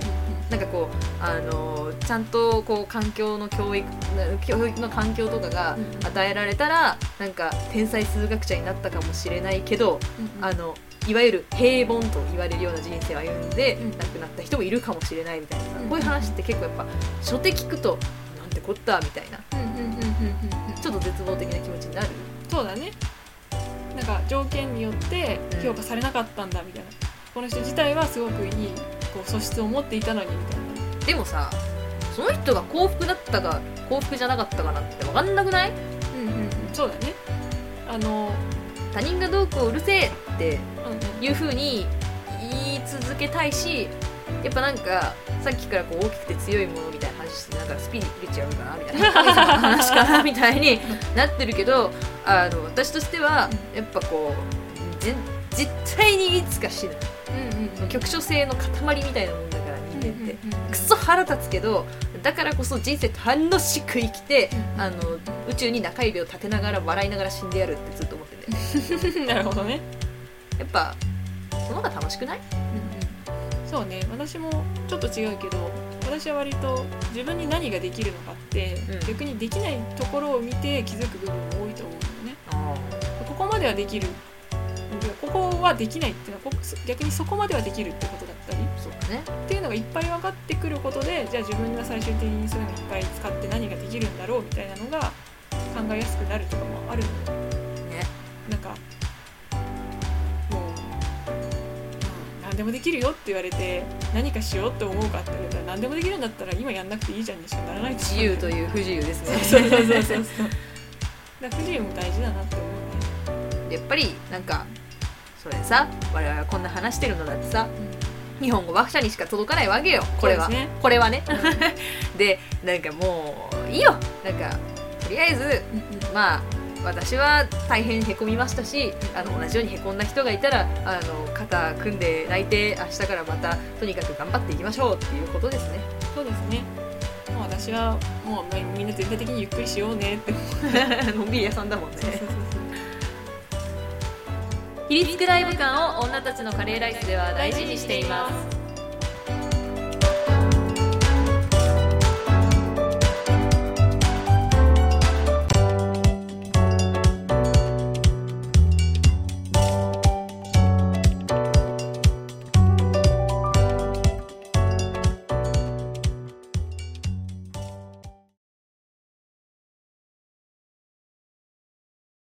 Speaker 1: なんかこうあのちゃんとこう環境の教育な教育の環境とかが
Speaker 2: うん
Speaker 1: 与えられたらなんか天才数学者になったかもしれないけど
Speaker 2: うんうん
Speaker 1: あのいわゆる平凡と言われるような人生を歩んで、
Speaker 2: うん
Speaker 1: 亡くなった人もいるかもしれないみたいなさ、
Speaker 2: うん
Speaker 1: こういう話って結構やっぱ初手聞くとなんてこったみたいな
Speaker 2: うんうんうんうんうんうん
Speaker 1: ちょっと絶望的な気持ちになる
Speaker 2: そうだねなんか条件によって
Speaker 1: うん
Speaker 2: 評価されなかったんだみたいな、この人自体はすごくいいこう素質を持っていたのにみたいな
Speaker 1: でもさその人が幸福だったか幸福じゃなかったかなんて分かんなくない
Speaker 2: うんうん、そうだねあの、
Speaker 1: 他人がどうこううるせえって
Speaker 2: うんうん、
Speaker 1: いうふうに言い続けたいしやっぱなんかさっきからこう大きくて強いものみたいな話してなんかスピリチュアルかなみたいな [LAUGHS] 神様の話かなみたいになってるけどあの私としてはやっぱこうぜ絶対にいつか死ぬ
Speaker 2: うんうんうん
Speaker 1: 局所性の塊みたいなもんだから人
Speaker 2: うんう
Speaker 1: 間
Speaker 2: ん
Speaker 1: って。
Speaker 2: うん
Speaker 1: くっそ腹立つけどだからこそ人生楽しく生きて
Speaker 2: うん
Speaker 1: あの宇宙に中指を立てながら笑いながら死んでやるってずっと思ってて
Speaker 2: [LAUGHS] なるほどね、
Speaker 1: やっぱその方が楽しくない
Speaker 2: そうね私もちょっと違うけど私は割と自分に何ができるのかって、
Speaker 1: うん
Speaker 2: 逆にできないところを見て気づく部分も多いと思うのねここまではできるここはできないっていうのはこ逆にそこまではできるってことだったり
Speaker 1: そうだね
Speaker 2: っていうのがいっぱい分かってくることでじゃあ自分が最終的にそういうのいっぱい使って何ができるんだろうみたいなのが考えやすくなるとかもあるので
Speaker 1: ね
Speaker 2: なんかもううん何でもできるよって言われて何かしようって思うかって言われたら何でもできるんだったら今やんなくていいじゃんにしかならないと思う
Speaker 1: 自由という不自由ですね
Speaker 2: [LAUGHS] そうそうそうそうそうだから不自由も大事だなって思うね
Speaker 1: やっぱりなんかそれさ我々がこんな話してるのだってさ日本語学者にしか届かないわけよこれは、
Speaker 2: そうですね
Speaker 1: これはね
Speaker 2: [LAUGHS]
Speaker 1: でなんかもういいよなんかとりあえず
Speaker 2: うんうん
Speaker 1: まあ私は大変へこみましたしあの同じようにへこんだ人がいたらあの肩組んで泣いて明日からまたとにかく頑張っていきましょうっていうことです
Speaker 2: [LAUGHS]
Speaker 1: ね。
Speaker 2: そうですねもう私はもうみんな全体的にゆっくりしようねって思う
Speaker 1: のんびり屋さんだもんね。
Speaker 2: そうそう
Speaker 1: 比率ライブ感を女たちのカレーライスでは
Speaker 2: 大事にしています